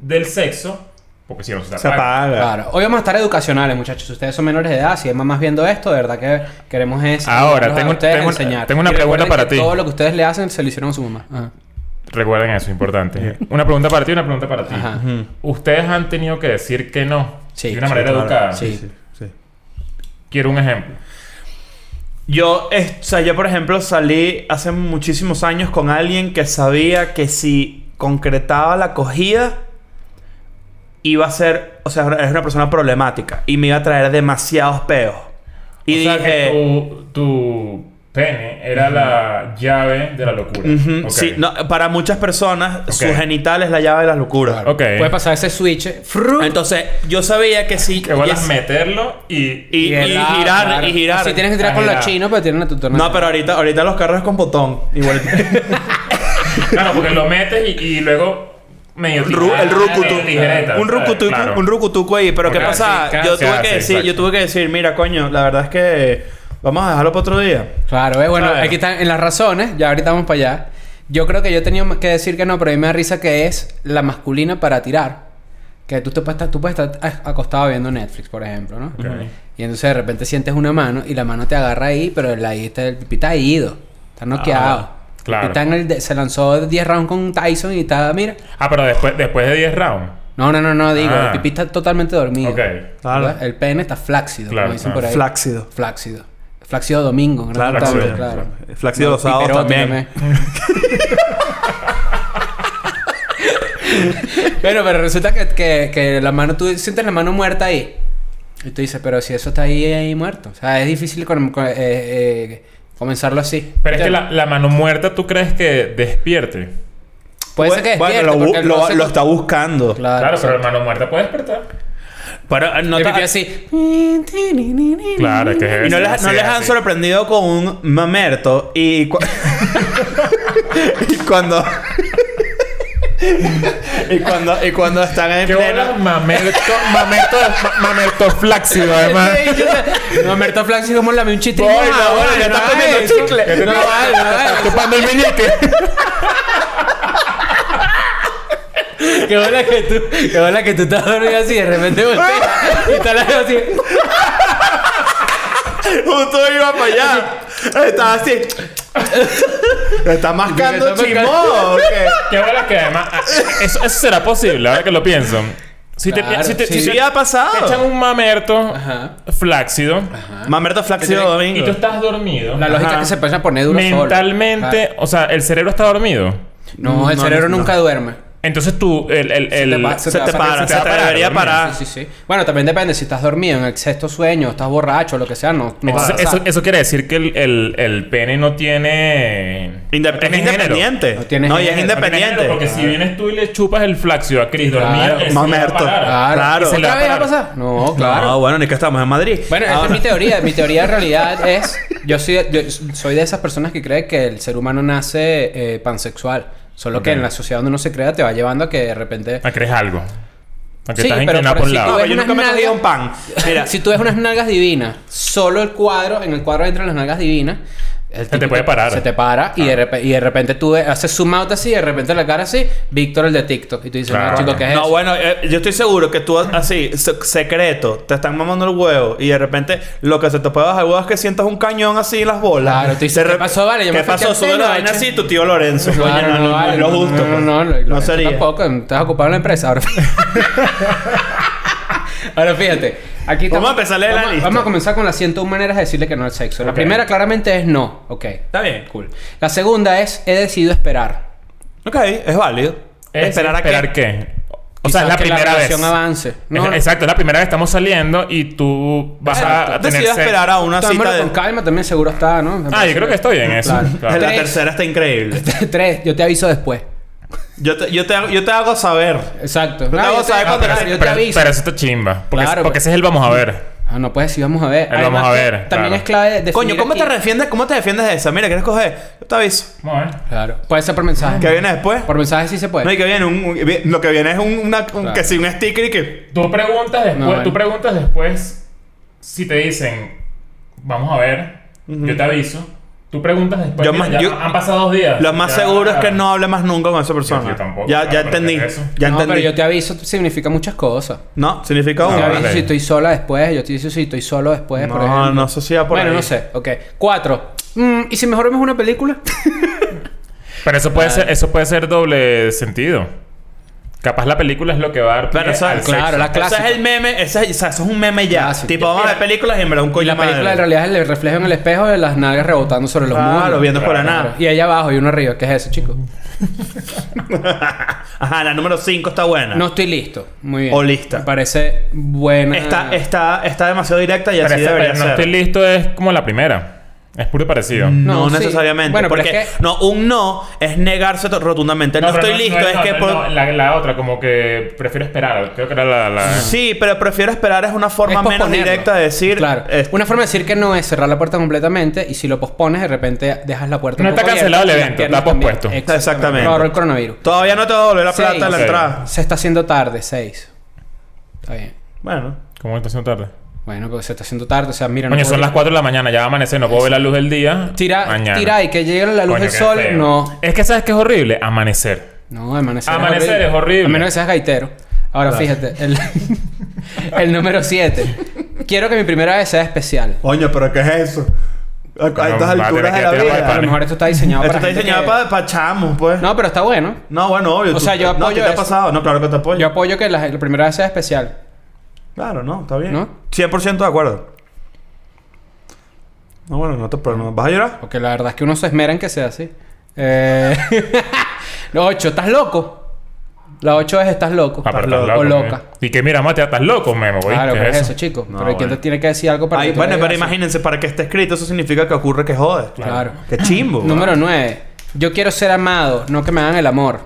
Speaker 2: del sexo porque si no se te
Speaker 3: Se
Speaker 2: apaga.
Speaker 3: apaga.
Speaker 4: Claro. Hoy vamos a estar educacionales, muchachos. Si ustedes son menores de edad, si hay mamás viendo esto, de verdad que queremos es
Speaker 2: Ahora,
Speaker 4: a
Speaker 2: tengo-
Speaker 4: ustedes
Speaker 2: tengo una-
Speaker 4: enseñar.
Speaker 2: tengo una
Speaker 4: Y recuerden
Speaker 2: pregunta para
Speaker 4: que
Speaker 2: ti.
Speaker 4: Todo lo que ustedes le hacen se lo hicieron a su mamá. Ah, Ajá.
Speaker 2: Recuerden eso, importante. Una pregunta para ti, una pregunta para ti.
Speaker 4: Ajá.
Speaker 2: Ustedes han tenido que decir que no
Speaker 4: Sí,
Speaker 2: de una
Speaker 4: sí,
Speaker 2: manera
Speaker 3: Claro,
Speaker 2: educada.
Speaker 4: sí.
Speaker 3: sí.
Speaker 2: Quiero un ejemplo.
Speaker 3: Yo, es- o sea, yo por ejemplo salí hace muchísimos años con alguien que sabía que si concretaba la acogida iba a ser, o sea, es una persona problemática y me iba a traer demasiados peos. Y
Speaker 2: o sea,
Speaker 3: dije,
Speaker 2: que tu, tu Pene era la llave de la locura.
Speaker 3: Ujú,
Speaker 2: Ok.
Speaker 3: Sí, no, para muchas personas,
Speaker 2: Ok.
Speaker 3: su genital es la llave de las locuras.
Speaker 5: Claro.
Speaker 2: Ok.
Speaker 4: Puede pasar ese switch. fru,
Speaker 3: Entonces, yo sabía que si.
Speaker 2: Que vuelas
Speaker 3: yes-
Speaker 2: meterlo y...
Speaker 3: y, y
Speaker 4: el lado,
Speaker 3: girar,
Speaker 4: claro.
Speaker 3: y girar.
Speaker 4: O Si tienes que tirar con
Speaker 2: Ah,
Speaker 4: los
Speaker 2: girar.
Speaker 4: chinos, pero tienen la tutorna.
Speaker 3: No, pero ahorita, ahorita los carros es con botón.
Speaker 2: [laughs]
Speaker 3: Igual.
Speaker 2: Claro, porque lo metes y, y luego... Medio
Speaker 3: Ru- el rucutu.
Speaker 2: Ligereta,
Speaker 3: un
Speaker 2: ¿sabes?
Speaker 3: rucutuco,
Speaker 2: Claro.
Speaker 3: un rucutuco ahí. Pero ¿qué
Speaker 2: Porque
Speaker 3: pasa?
Speaker 2: así, casi
Speaker 3: yo tuve
Speaker 2: hace,
Speaker 3: que decir, yo
Speaker 2: exacto.
Speaker 3: tuve que decir, mira, coño, la verdad es que vamos a dejarlo para otro día.
Speaker 4: Claro, eh, bueno,
Speaker 3: Claro.
Speaker 4: aquí están en las razones, ya ahorita vamos para allá. Yo creo que yo he tenido que decir que no, pero a mí me da risa que es la masculina para tirar. Que tú, te puedes estar, tú puedes estar a- acostado viendo Netflix, por ejemplo, ¿no? Y entonces de repente sientes una mano y la mano te agarra ahí, pero el, ahí está, el pipí está ido, está noqueado.
Speaker 2: Ah, claro.
Speaker 4: Y está en el de- se lanzó 10 rounds con Tyson y está, mira.
Speaker 2: Ah, pero después, después de 10 rounds.
Speaker 4: No, no, no, no, digo,
Speaker 2: Ah.
Speaker 4: el pipí está totalmente dormido.
Speaker 2: Ok.
Speaker 3: Claro.
Speaker 4: El pene está flácido,
Speaker 2: Claro,
Speaker 4: como dicen
Speaker 2: claro.
Speaker 4: por ahí.
Speaker 3: Flácido.
Speaker 4: Flácido. Flácido domingo, ¿no?
Speaker 3: Claro,
Speaker 4: Tablo,
Speaker 3: claro.
Speaker 4: claro.
Speaker 3: Flácido los sábados
Speaker 4: Piperote
Speaker 3: también.
Speaker 4: también. bueno, [laughs] pero resulta que, que, que la mano, tú sientes la mano muerta ahí. Y tú dices, pero si eso está ahí, ahí muerto. O sea, es difícil con- con- eh, eh, comenzarlo así.
Speaker 2: Pero es que la, la mano muerta, ¿tú crees que despierte?
Speaker 4: Puede ser que
Speaker 3: Bueno,
Speaker 4: despierte.
Speaker 3: lo, bu-
Speaker 4: porque el
Speaker 3: lo-
Speaker 4: roce
Speaker 3: lo
Speaker 4: con-
Speaker 3: está buscando.
Speaker 4: Claro,
Speaker 2: Claro, pero
Speaker 4: exacto.
Speaker 2: la mano muerta puede despertar.
Speaker 3: Pero eh, no
Speaker 4: El
Speaker 3: te-
Speaker 4: pipí así.
Speaker 2: Claro, es que es
Speaker 3: Y no
Speaker 2: así,
Speaker 3: les, no
Speaker 2: así,
Speaker 3: les han
Speaker 2: así.
Speaker 3: sorprendido con un mamerto y, cu- [laughs] y cuando [laughs] y cuando y cuando están en
Speaker 2: ¿Qué bola?
Speaker 3: pleno [laughs]
Speaker 2: Mamerto, mamerto, ma- mamerto [laughs] flácido, además.
Speaker 4: [laughs] No, Merto Flaxi como lame un chiste. Ah,
Speaker 3: Voy, no, bueno, ya está comiendo chicle.
Speaker 4: No, vale, no, vale.
Speaker 2: Chupando el meñique.
Speaker 4: Qué bola que tú, qué bola que tú estás dormido así de repente volteas y estás así.
Speaker 3: [laughs] justo iba para allá estaba
Speaker 2: [laughs]
Speaker 3: así Le está mascando
Speaker 4: Porque está
Speaker 3: chimó ¿o qué?
Speaker 2: ¿Qué bola que además... ah, Eso, eso será posible, ahora que lo pienso. Si te,
Speaker 4: Claro,
Speaker 2: si te,
Speaker 4: sí.
Speaker 2: si
Speaker 3: sí
Speaker 2: te-
Speaker 3: ha
Speaker 2: te echan
Speaker 3: pasado
Speaker 2: un mamerto
Speaker 4: Ajá.
Speaker 2: flácido
Speaker 3: mamerto flácido
Speaker 4: Te
Speaker 2: y
Speaker 3: domingo
Speaker 2: tú estás dormido...
Speaker 4: La lógica es que se pasa por duro solo.
Speaker 2: mentalmente...
Speaker 4: Ah,
Speaker 2: O sea, el cerebro está dormido.
Speaker 4: No, el
Speaker 3: No,
Speaker 4: cerebro
Speaker 3: no.
Speaker 4: nunca duerme.
Speaker 2: Entonces tú, el, el,
Speaker 4: Se
Speaker 2: el-
Speaker 4: te pa- se te
Speaker 3: se te
Speaker 4: va a
Speaker 3: para
Speaker 4: sacar-
Speaker 3: se te debería parar
Speaker 4: Sí, sí, sí. Bueno, también depende si estás dormido en el sexto sueño, estás borracho, lo que sea, no. no va a
Speaker 2: Entonces,
Speaker 4: pasar.
Speaker 2: eso, eso quiere decir que el, el, el pene no tiene. no
Speaker 3: Inde- es
Speaker 2: tiene género.
Speaker 3: independiente
Speaker 4: No tiene
Speaker 3: no y es
Speaker 4: género.
Speaker 2: No tiene género,
Speaker 3: independiente
Speaker 2: Porque si vienes tú y le chupas el flaxio a Chris dormido,
Speaker 4: Claro.
Speaker 2: él se va a
Speaker 3: mamerto
Speaker 2: parar.
Speaker 3: claro
Speaker 2: se le va
Speaker 4: ¿Otra
Speaker 2: a
Speaker 4: vez va a
Speaker 2: parar.
Speaker 4: pasar? Ah, No, claro.
Speaker 3: No, bueno, ni que estamos en Madrid. Ah,
Speaker 4: Bueno, esta es
Speaker 3: Ahora-
Speaker 4: mi teoría. Mi teoría en realidad es... Yo soy, yo soy de esas personas que cree que el ser humano nace eh, pansexual. Solo que
Speaker 2: Ok.
Speaker 4: en la sociedad donde uno se crea te va llevando a que de repente...
Speaker 2: A que eres algo. A que
Speaker 4: Sí,
Speaker 2: estás
Speaker 4: pero-
Speaker 2: inclinado
Speaker 4: pero
Speaker 2: por un
Speaker 4: si tú
Speaker 2: lado.
Speaker 4: ves-
Speaker 3: yo nunca me he
Speaker 4: unas
Speaker 3: comido un
Speaker 4: nalgas-
Speaker 3: pan. Mira,
Speaker 4: Si tú ves unas nalgas divinas, solo el cuadro, en el cuadro entran las nalgas divinas. el
Speaker 2: te
Speaker 4: tipo
Speaker 2: puede parar. Ah.
Speaker 4: Se te para y, de repe- y de repente tú ves- haces zoom out así y de repente la cara así, Víctor el de TikTok. Y tú dices,
Speaker 2: Claro.
Speaker 4: no, chico, ¿qué es
Speaker 3: No,
Speaker 4: eso?
Speaker 3: bueno, eh, yo estoy seguro que tú así, se- secreto, te están mamando el huevo y de repente lo que se te puede bajar el huevo es que sientas un cañón así en las bolas.
Speaker 4: Claro, tú dices,
Speaker 3: De
Speaker 4: ¿qué pasó? Vale, yo
Speaker 3: ¿Qué
Speaker 4: me fui
Speaker 3: pasó?
Speaker 4: al
Speaker 3: Sube
Speaker 4: cine,
Speaker 3: la vaina
Speaker 4: eche.
Speaker 3: así tu tío Lorenzo.
Speaker 4: Claro,
Speaker 3: coño, no, no, no,
Speaker 4: vale,
Speaker 3: es lo justo.
Speaker 4: No,
Speaker 3: pues.
Speaker 4: no, no, lo- lo-
Speaker 3: No sería.
Speaker 4: Tampoco, estás ocupado en la empresa ahora. [laughs] ahora fíjate, aquí estamos-
Speaker 3: Vamos a empezar a leer la
Speaker 4: vamos,
Speaker 3: lista.
Speaker 4: vamos a comenzar con las 101 maneras de decirle que no al sexo. La
Speaker 2: Ok.
Speaker 4: primera claramente es no. Ok.
Speaker 3: Está bien.
Speaker 4: Cool. La segunda es he decidido esperar.
Speaker 3: Ok, es válido.
Speaker 2: Es
Speaker 3: Esperar a
Speaker 2: esperar
Speaker 3: que.
Speaker 2: qué. O sea, es
Speaker 4: pues, Quizás
Speaker 2: la
Speaker 4: que
Speaker 2: primera
Speaker 4: la
Speaker 2: vez.
Speaker 4: relación avance. No,
Speaker 2: Es-
Speaker 4: no.
Speaker 2: Exacto, es la primera vez que estamos saliendo y tú vas a
Speaker 3: Exacto.
Speaker 2: tener
Speaker 3: Decido
Speaker 2: sexo.
Speaker 3: esperar a una
Speaker 4: Tómalo
Speaker 3: cita. de-
Speaker 4: con calma, también seguro está, ¿no?
Speaker 2: Ah, yo creo que estoy en eso.
Speaker 4: Claro.
Speaker 2: Claro.
Speaker 3: La
Speaker 4: Tres.
Speaker 3: tercera está increíble.
Speaker 4: [laughs] Tres, yo te aviso después.
Speaker 3: Yo te, yo te, hago- yo te hago saber.
Speaker 4: Exacto.
Speaker 3: te hago
Speaker 4: ah,
Speaker 3: saber cuando-
Speaker 4: pero
Speaker 3: pero-
Speaker 4: yo te
Speaker 2: Pero,
Speaker 4: aviso.
Speaker 2: pero eso está chimba. Porque,
Speaker 4: Claro, pues.
Speaker 2: porque
Speaker 4: pero-
Speaker 2: ese es el vamos a ver.
Speaker 4: Ah, no puedes decir, vamos a ver.
Speaker 2: El vamos a
Speaker 4: que
Speaker 2: ver,
Speaker 4: También
Speaker 2: claro.
Speaker 4: es clave de
Speaker 3: Coño, ¿cómo te, defiendes, ¿cómo te defiendes de esa? Mira, ¿quieres coger? Yo te aviso.
Speaker 2: Vamos a ver.
Speaker 4: Claro. Puede ser por mensaje.
Speaker 3: ¿Qué viene después?
Speaker 4: Por mensaje sí se puede.
Speaker 3: No, y que viene un, un- vi- lo que viene es un, una- un-
Speaker 4: Claro.
Speaker 3: que sí, un sticker y que.
Speaker 2: Tú preguntas después,
Speaker 4: No, vale.
Speaker 2: tú preguntas después si te dicen, vamos a ver, yo te aviso. Tú preguntas después,
Speaker 3: Yo
Speaker 2: mira,
Speaker 3: más-
Speaker 2: ya
Speaker 3: yo-
Speaker 2: han pasado dos días.
Speaker 3: Lo más
Speaker 2: Ya-
Speaker 3: seguro es que no hable más nunca con esa persona.
Speaker 2: Yo- yo tampoco,
Speaker 3: ya,
Speaker 2: claro,
Speaker 3: ya
Speaker 2: pero
Speaker 3: entendí.
Speaker 2: ¿qué es eso?
Speaker 3: Ya
Speaker 4: no,
Speaker 3: entendí.
Speaker 4: pero yo te aviso significa muchas cosas.
Speaker 3: No, significa
Speaker 4: Yo
Speaker 3: uno.
Speaker 4: te
Speaker 2: Ah,
Speaker 4: aviso
Speaker 2: vale.
Speaker 4: si estoy sola después, yo te aviso si estoy solo después, por
Speaker 3: No,
Speaker 4: ejemplo.
Speaker 3: no sé si va por
Speaker 4: bueno,
Speaker 3: ahí.
Speaker 4: no sé. Ok. Cuatro. Mm, ¿Y si mejor vemos una película?
Speaker 2: Pero eso
Speaker 3: Ah.
Speaker 2: puede, ser, eso puede ser doble sentido. Capaz la película es lo que va a dar pie
Speaker 3: Pero, o sea,
Speaker 2: al
Speaker 4: claro,
Speaker 2: sexo.
Speaker 4: la
Speaker 3: Ese
Speaker 4: clásica.
Speaker 3: es el meme, ese es, o sea, eso es un meme ya.
Speaker 4: Clásico.
Speaker 3: Tipo, vamos a ver
Speaker 2: Mira.
Speaker 3: películas y en verdad un coño
Speaker 4: Y la
Speaker 3: madre.
Speaker 4: película en realidad es el reflejo en el espejo de las nalgas rebotando sobre los muros.
Speaker 3: Claro, viendo por la
Speaker 2: Claro.
Speaker 3: nada.
Speaker 4: Y allá abajo y uno arriba. ¿Qué es eso, chicos?
Speaker 3: [laughs] Ajá, la número 5 está buena.
Speaker 4: No estoy listo. Muy bien.
Speaker 3: O lista.
Speaker 4: Me parece buena.
Speaker 3: Está, está, está demasiado directa y
Speaker 2: Pero
Speaker 3: así
Speaker 2: esa-
Speaker 3: debería
Speaker 2: pero no
Speaker 3: ser. Mm.
Speaker 2: estoy listo es como la primera. Es puro parecido.
Speaker 4: No,
Speaker 3: No,
Speaker 4: sí.
Speaker 3: necesariamente.
Speaker 4: Bueno, pero
Speaker 3: porque
Speaker 4: es que-
Speaker 3: no, un no es negarse to- rotundamente. No,
Speaker 2: pero
Speaker 3: estoy listo,
Speaker 2: no
Speaker 3: es que.
Speaker 2: no,
Speaker 3: por-
Speaker 2: no, la, la otra, como que prefiero esperar. Creo que era la. la-
Speaker 3: Sí, pero prefiero esperar es una
Speaker 4: Es
Speaker 3: forma menos
Speaker 4: posponerlo.
Speaker 3: directa de decir.
Speaker 4: Claro.
Speaker 3: eh,
Speaker 4: Una forma de decir que no es cerrar la puerta completamente y si lo pospones, de repente dejas la puerta. un
Speaker 2: No está
Speaker 4: poco
Speaker 2: cancelado el
Speaker 4: abierta y
Speaker 2: evento,
Speaker 4: las
Speaker 2: está
Speaker 4: piernas
Speaker 2: pospuesto.
Speaker 4: también.
Speaker 3: Exactamente.
Speaker 4: Lo ahorró el coronavirus.
Speaker 3: Todavía no te va a volver la plata
Speaker 4: Sí.
Speaker 3: en la
Speaker 2: Ok.
Speaker 3: entrada.
Speaker 4: Se está haciendo tarde, 6. Está bien.
Speaker 3: Bueno.
Speaker 2: ¿Cómo está haciendo tarde?
Speaker 4: Bueno, pero se está haciendo tarde, o sea, mira, no
Speaker 2: Coño, son
Speaker 4: podría-
Speaker 2: las 4 de la mañana, ya va a amanecer, no puedo ver la luz del día.
Speaker 4: Tira,
Speaker 2: Mañana.
Speaker 4: tira y que llegue la luz
Speaker 2: Coño,
Speaker 4: del
Speaker 2: qué
Speaker 4: sol,
Speaker 2: feo.
Speaker 4: no.
Speaker 2: Es que sabes que es horrible. Amanecer.
Speaker 4: No, amanecer,
Speaker 2: Amanecer es horrible.
Speaker 4: A menos que seas gaitero. Ahora fíjate, el, [laughs] el número 7. Quiero que mi primera vez sea especial.
Speaker 3: Coño, pero ¿qué es eso? A,
Speaker 2: a estas va a tener alturas que de la tirar vida. para el
Speaker 4: A lo mejor esto está diseñado
Speaker 3: Esto
Speaker 4: para.
Speaker 3: está
Speaker 4: gente
Speaker 3: diseñado
Speaker 4: que-
Speaker 3: para chamos, pues. No.
Speaker 4: No, pero está bueno.
Speaker 3: bueno, obvio.
Speaker 4: O sea, yo
Speaker 3: no, ¿qué
Speaker 4: apoyo
Speaker 3: te ha
Speaker 4: eso.
Speaker 3: pasado? No, claro que te apoyo.
Speaker 4: Yo apoyo que la, la primera vez sea especial.
Speaker 3: Claro, no, está bien.
Speaker 4: ¿No?
Speaker 3: 100% de acuerdo. No, bueno, no te problema. ¿Vas a llorar?
Speaker 4: Porque la verdad es que uno se esmera en que sea así. Eh... [laughs] la 8, ¿estás loco? La 8 es estás loco.
Speaker 2: Ah, pero
Speaker 3: Estás
Speaker 2: estás
Speaker 3: loco.
Speaker 2: loco.
Speaker 4: O loca.
Speaker 2: mira. Y que mira, Mate, estás loco, Memo. güey.
Speaker 4: Claro,
Speaker 2: ¿Qué
Speaker 4: pero es eso, chico.
Speaker 3: No,
Speaker 4: pero ¿quién
Speaker 3: bueno.
Speaker 4: te tiene que decir algo para
Speaker 3: Ahí,
Speaker 4: que tú
Speaker 3: bueno,
Speaker 4: le
Speaker 3: pero
Speaker 4: digas?
Speaker 3: imagínense, para que esté escrito, eso significa que ocurre que jode.
Speaker 4: Claro.
Speaker 3: Qué chimbo.
Speaker 4: [laughs] Número 9. Yo quiero ser amado, no que me hagan el amor.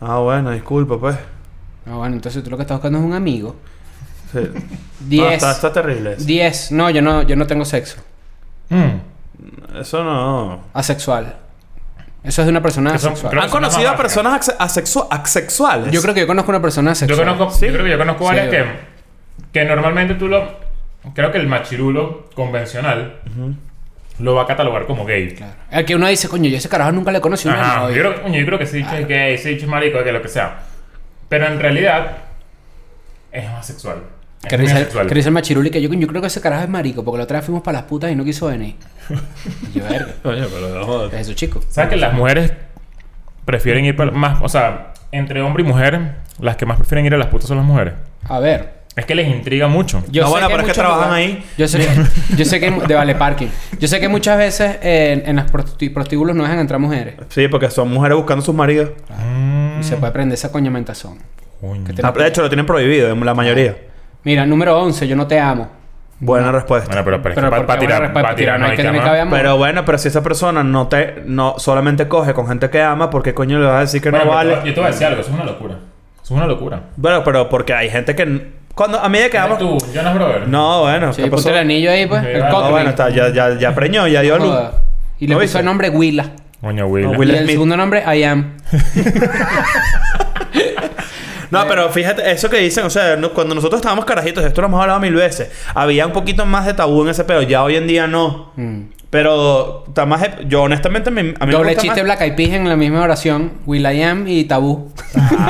Speaker 3: Ah, bueno, disculpa, pues.
Speaker 4: Ah, bueno, entonces tú lo que estás buscando es un amigo.
Speaker 3: Sí.
Speaker 4: 10.
Speaker 3: No, está, está terrible. eso.
Speaker 4: 10. No, yo no, yo no tengo sexo.
Speaker 2: Mm.
Speaker 3: Eso no.
Speaker 4: Asexual. Eso es de una persona
Speaker 2: Eso-
Speaker 4: asexual.
Speaker 2: creo-
Speaker 3: ¿Han
Speaker 2: Pero son las
Speaker 3: conocido
Speaker 2: más
Speaker 3: a personas axe- asexu- asexuales?
Speaker 4: Yo creo que yo conozco una persona
Speaker 2: Yo
Speaker 4: asexual.
Speaker 2: conozco, yo creo que yo conozco
Speaker 4: Sí,
Speaker 2: varias
Speaker 4: yo-
Speaker 2: que, que normalmente tú lo. Creo que el machirulo convencional lo va a catalogar como gay.
Speaker 4: Claro. Al que uno dice, coño, yo ese carajo nunca le conocí. una
Speaker 2: Ajá,
Speaker 4: novia".
Speaker 2: yo, creo, coño, yo creo que sí, que es gay, sí, que es marico, que lo que sea. Pero en realidad es homosexual. Es
Speaker 4: Que
Speaker 2: muy
Speaker 4: risa,
Speaker 2: asexual.
Speaker 4: que risa el machiruli que yo, yo creo que ese carajo es marico, porque la otra vez fuimos para las putas y no quiso
Speaker 2: [laughs]
Speaker 4: venir. Y yo, verga,
Speaker 3: Coño, pero no
Speaker 4: es eso, chico.
Speaker 2: ¿Sabes que las mujeres prefieren ir para más? O sea, entre hombre y mujer, las que más prefieren ir a las putas son las mujeres.
Speaker 4: A ver.
Speaker 2: Es que les intriga mucho.
Speaker 4: Yo
Speaker 3: No, bueno,
Speaker 4: hay
Speaker 3: pero es que
Speaker 4: muchos
Speaker 3: trabajan
Speaker 4: lugares-
Speaker 3: ahí.
Speaker 4: Yo sé, que, yo sé que... De Vale Parking. Yo sé que muchas veces en, en las prostitu- prostíbulos no dejan entrar mujeres.
Speaker 3: Sí, porque son mujeres buscando sus maridos.
Speaker 2: Mm,
Speaker 4: Y se puede prender esa coñamentación.
Speaker 2: coño.
Speaker 4: que te-
Speaker 3: Ah, De hecho, lo tienen prohibido, en la mayoría.
Speaker 4: Mira, número 11, yo no te amo.
Speaker 3: Buena respuesta.
Speaker 2: Bueno, pero,
Speaker 4: Pero
Speaker 2: para
Speaker 4: porque,
Speaker 2: tirar,
Speaker 4: bueno,
Speaker 2: pa'
Speaker 4: para tirar,
Speaker 2: tirar,
Speaker 4: no hay que- no
Speaker 2: cama.
Speaker 4: cabe amor.
Speaker 3: Pero bueno, pero si esa persona no te no solamente coge con gente que ama, ¿por qué coño le vas a decir que
Speaker 2: Bueno,
Speaker 3: no
Speaker 2: pero
Speaker 3: vale?
Speaker 2: te- Yo te voy a decir algo, eso es una locura. Eso es una locura.
Speaker 3: Bueno, pero porque hay gente que n- cuando a medida que
Speaker 2: Dale
Speaker 3: vamos
Speaker 2: tú, Jonas Brother.
Speaker 3: No, bueno,
Speaker 4: Sí,
Speaker 3: ¿qué pasó?
Speaker 4: ponte el anillo ahí, pues.
Speaker 2: Sí,
Speaker 4: el
Speaker 2: ah, no,
Speaker 3: No,
Speaker 4: cockring.
Speaker 3: bueno, está, ya, ya, ya preñó, ya dio a luz.
Speaker 4: Joda. Y le
Speaker 3: ¿Lo
Speaker 4: puso
Speaker 3: viste?
Speaker 4: el nombre Willa.
Speaker 2: Coño, Will.
Speaker 3: No,
Speaker 4: Y
Speaker 3: Will
Speaker 4: el
Speaker 3: Smith.
Speaker 4: segundo nombre, I am.
Speaker 3: No, pero fíjate, eso que dicen, o sea, no- cuando nosotros estábamos carajitos, esto lo hemos hablado mil veces, había un poquito más de tabú en ese pedo, ya hoy en día no.
Speaker 4: Mm.
Speaker 3: Pero está más, ep- yo honestamente a mí, a mí me
Speaker 4: Doble
Speaker 3: gusta
Speaker 4: chiste
Speaker 3: más-
Speaker 4: Black Eyed Peas en la misma oración. Will I am y tabú.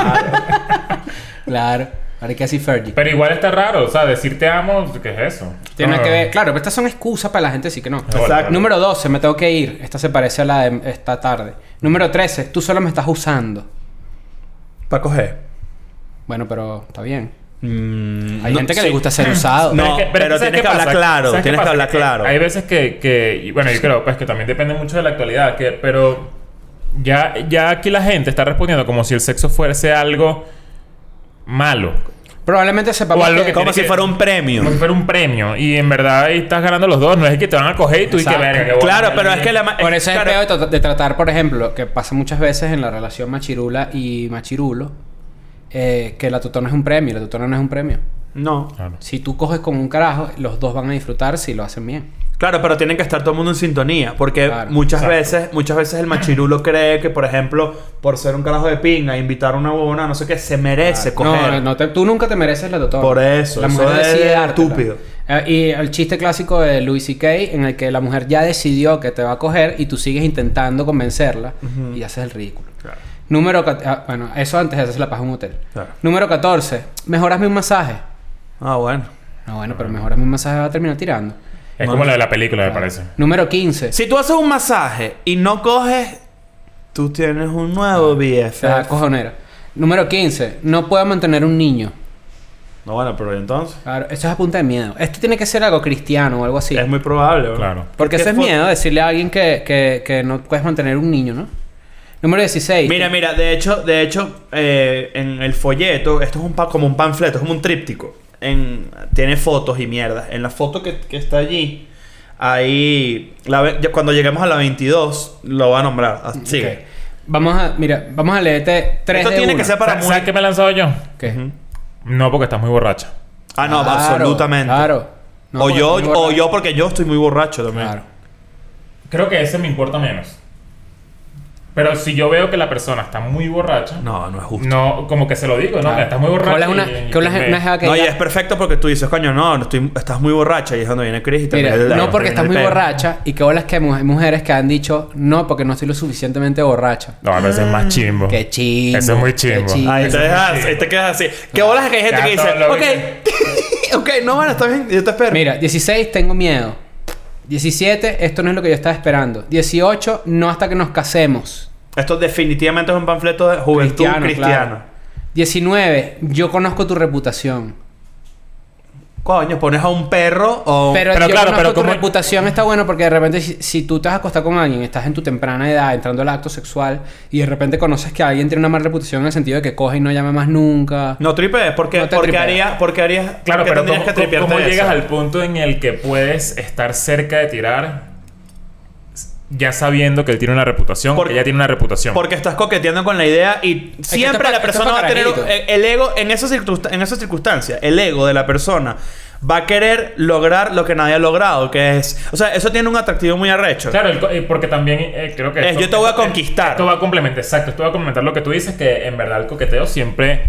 Speaker 3: Ah.
Speaker 4: [laughs] Claro. Ahora que así Fergie.
Speaker 2: Pero igual está raro, o sea, decir te amo, ¿qué es eso?
Speaker 4: Tiene
Speaker 2: Ah.
Speaker 4: que ver. Claro, pero estas son excusas para la gente decir que no.
Speaker 3: Exacto.
Speaker 4: Número 12, me tengo que ir. Esta se parece a la de esta tarde. Número 13, tú solo me estás usando.
Speaker 3: para coger.
Speaker 4: Bueno, pero está bien.
Speaker 3: Mm,
Speaker 4: Hay
Speaker 3: no-
Speaker 4: gente que
Speaker 3: sí.
Speaker 4: le gusta
Speaker 3: [clears throat]
Speaker 4: ser usado.
Speaker 3: No,
Speaker 2: es que-
Speaker 3: pero
Speaker 2: es que ¿sabes
Speaker 3: tienes
Speaker 2: qué
Speaker 3: que hablar
Speaker 2: pasa?
Speaker 3: claro,
Speaker 2: ¿Sabes qué
Speaker 3: tienes que
Speaker 2: pasa?
Speaker 3: hablar claro.
Speaker 2: Hay veces que, que y bueno, yo creo pues que también depende mucho de la actualidad, que pero ya ya aquí la gente está respondiendo como si el sexo fuese algo malo,
Speaker 4: Probablemente sepa
Speaker 2: O algo que
Speaker 3: Como
Speaker 2: Tienes
Speaker 3: si fuera un premio.
Speaker 2: como si fuera un premio y en verdad ahí estás ganando los dos, no es que te van a coger y tú y que
Speaker 4: Exacto.
Speaker 2: verga, qué bueno".
Speaker 3: Claro, pero es que la ma-
Speaker 4: Por eso es
Speaker 3: claro,
Speaker 4: el peor de, tra- de tratar, por ejemplo, que pasa muchas veces en la relación machirula y machirulo, eh, que la tutona es un premio, la tutona no es un premio.
Speaker 3: No.
Speaker 2: Claro.
Speaker 4: Si tú coges con un carajo, los dos van a disfrutar si lo hacen bien.
Speaker 3: Claro, pero tienen que estar todo el mundo en sintonía, porque
Speaker 4: Claro.
Speaker 3: muchas veces, muchas veces el machirulo cree que, por ejemplo, por ser un carajo de pinga, invitar a una huevona, no sé qué, se merece coger.
Speaker 4: No, no te- tú nunca te mereces la tutona.
Speaker 3: Por eso,
Speaker 4: la
Speaker 3: eso
Speaker 4: mujer
Speaker 3: es
Speaker 4: decide dártela.
Speaker 3: estúpido.
Speaker 4: Eh, y el chiste clásico de Louis C.K. en el que la mujer ya decidió que te va a coger y tú sigues intentando convencerla y haces el ridículo.
Speaker 3: Claro.
Speaker 4: Número... cat- ah, bueno, eso antes de hacerse la paja en un hotel.
Speaker 3: Claro.
Speaker 4: Número 14. Mejorasme un masaje.
Speaker 3: Ah, bueno.
Speaker 4: No, bueno, pero mejor a mi masaje va a terminar tirando.
Speaker 2: Es como lo de la película, me parece.
Speaker 4: Número 15.
Speaker 3: Si tú haces un masaje y no coges, tú tienes un
Speaker 4: Ah.
Speaker 3: nuevo BF.
Speaker 4: Se da cojonera. Número 15. No puedo mantener un niño.
Speaker 3: No, bueno, pero entonces.
Speaker 4: Claro, eso es a punta de miedo. Esto tiene que ser algo cristiano o algo así.
Speaker 3: Es muy probable, ¿verdad?
Speaker 2: Claro.
Speaker 4: Porque eso es
Speaker 3: fue-
Speaker 4: miedo, decirle a alguien que, que, que no puedes mantener un niño, ¿no? Número 16.
Speaker 3: Mira, mira, de hecho, de hecho, eh, en el folleto, esto es un pa- como un panfleto, es como un tríptico. En, tiene fotos y mierdas. En la foto que, que está allí, Ahí, la ve- ya cuando lleguemos a la 22, lo voy a nombrar. Ah, Sigue.
Speaker 4: Ok. Vamos a, mira, vamos a leerte tres
Speaker 3: Esto
Speaker 4: de
Speaker 3: tiene
Speaker 4: una.
Speaker 3: que ser para
Speaker 2: ¿Sabes
Speaker 3: muy...
Speaker 2: qué me he lanzado yo?
Speaker 4: ¿Qué?
Speaker 2: No, porque estás muy borracha.
Speaker 3: Ah, no,
Speaker 4: Claro,
Speaker 3: absolutamente.
Speaker 4: Claro. No,
Speaker 3: o, yo,
Speaker 4: porque-
Speaker 3: o yo porque yo estoy muy borracho también.
Speaker 4: Claro.
Speaker 2: Creo que ese me importa menos. Pero si yo veo que la persona está muy borracha, no,
Speaker 3: No, no es justo.
Speaker 2: como que se lo digo, ¿no?
Speaker 4: Claro.
Speaker 2: Que estás muy borracha.
Speaker 4: Que hablas una,
Speaker 2: y- y
Speaker 4: que hablas
Speaker 2: me-
Speaker 4: una jeva que
Speaker 3: no, y
Speaker 4: ya-
Speaker 3: es perfecto porque tú dices, coño, no, no estoy- estás muy borracha. Y es cuando viene Chris y te
Speaker 4: Mira,
Speaker 3: mete el-
Speaker 4: no
Speaker 3: te
Speaker 4: porque
Speaker 3: mete
Speaker 4: estás
Speaker 3: el
Speaker 4: muy
Speaker 3: pelo.
Speaker 4: borracha y que bolas que mu- hay mujeres que han dicho no porque no estoy lo suficientemente borracha.
Speaker 2: No, pero ese es más chimbo.
Speaker 4: Qué chimbo.
Speaker 2: Eso es muy
Speaker 4: qué
Speaker 2: chimbo.
Speaker 3: Ahí te,
Speaker 2: Eso es
Speaker 3: dejas-
Speaker 2: muy chido.
Speaker 3: ahí te quedas así. ¿Qué bolas es que hay gente
Speaker 2: Ya
Speaker 3: que
Speaker 2: todo lo
Speaker 3: dice, ok, [laughs] ok, no, bueno, está bien, yo te espero.
Speaker 4: Mira, 16, tengo miedo. 17, esto no es lo que yo estaba esperando. 18, no hasta que nos casemos.
Speaker 3: Esto definitivamente es un panfleto de juventud
Speaker 4: Cristiano,
Speaker 3: cristiana.
Speaker 4: claro. 19, yo conozco tu reputación.
Speaker 3: Coño, pones a un perro o... un-
Speaker 4: Pero,
Speaker 2: Pero
Speaker 4: yo
Speaker 2: claro,
Speaker 4: conozco
Speaker 2: pero
Speaker 4: tu
Speaker 2: como-
Speaker 4: reputación está bueno porque de repente si, si tú te has acostado con alguien, estás en tu temprana edad, entrando al acto sexual y de repente conoces que alguien tiene una mala reputación en el sentido de que coge y no llama más nunca.
Speaker 3: No tripees, porque,
Speaker 4: No te
Speaker 3: porque
Speaker 4: tripees.
Speaker 3: harías... Porque harías
Speaker 2: Claro,
Speaker 3: porque
Speaker 2: pero
Speaker 3: tendrías
Speaker 2: ¿cómo,
Speaker 3: que tripearte
Speaker 2: cómo- cómo
Speaker 3: de
Speaker 2: llegas
Speaker 3: eso?
Speaker 2: al punto en el que puedes estar cerca de tirar ya sabiendo que él tiene una reputación
Speaker 3: Por-
Speaker 2: o que ella tiene una reputación?
Speaker 3: Porque estás coqueteando con la idea y
Speaker 4: esto es
Speaker 3: siempre
Speaker 4: pa-
Speaker 3: la persona
Speaker 4: esto es
Speaker 3: va
Speaker 4: pa
Speaker 3: a tener
Speaker 4: carajito.
Speaker 3: el, el ego en esas, circunsta- en esas circunstancias, el ego de la persona va a querer lograr lo que nadie ha logrado, que es, o sea, eso tiene un atractivo muy arrecho.
Speaker 2: Claro, el co- eh, porque también eh, creo que...
Speaker 3: Es, yo te voy a conquistar.
Speaker 2: Esto va a complementar, exacto. Esto va a complementar lo que tú dices, que en verdad el coqueteo siempre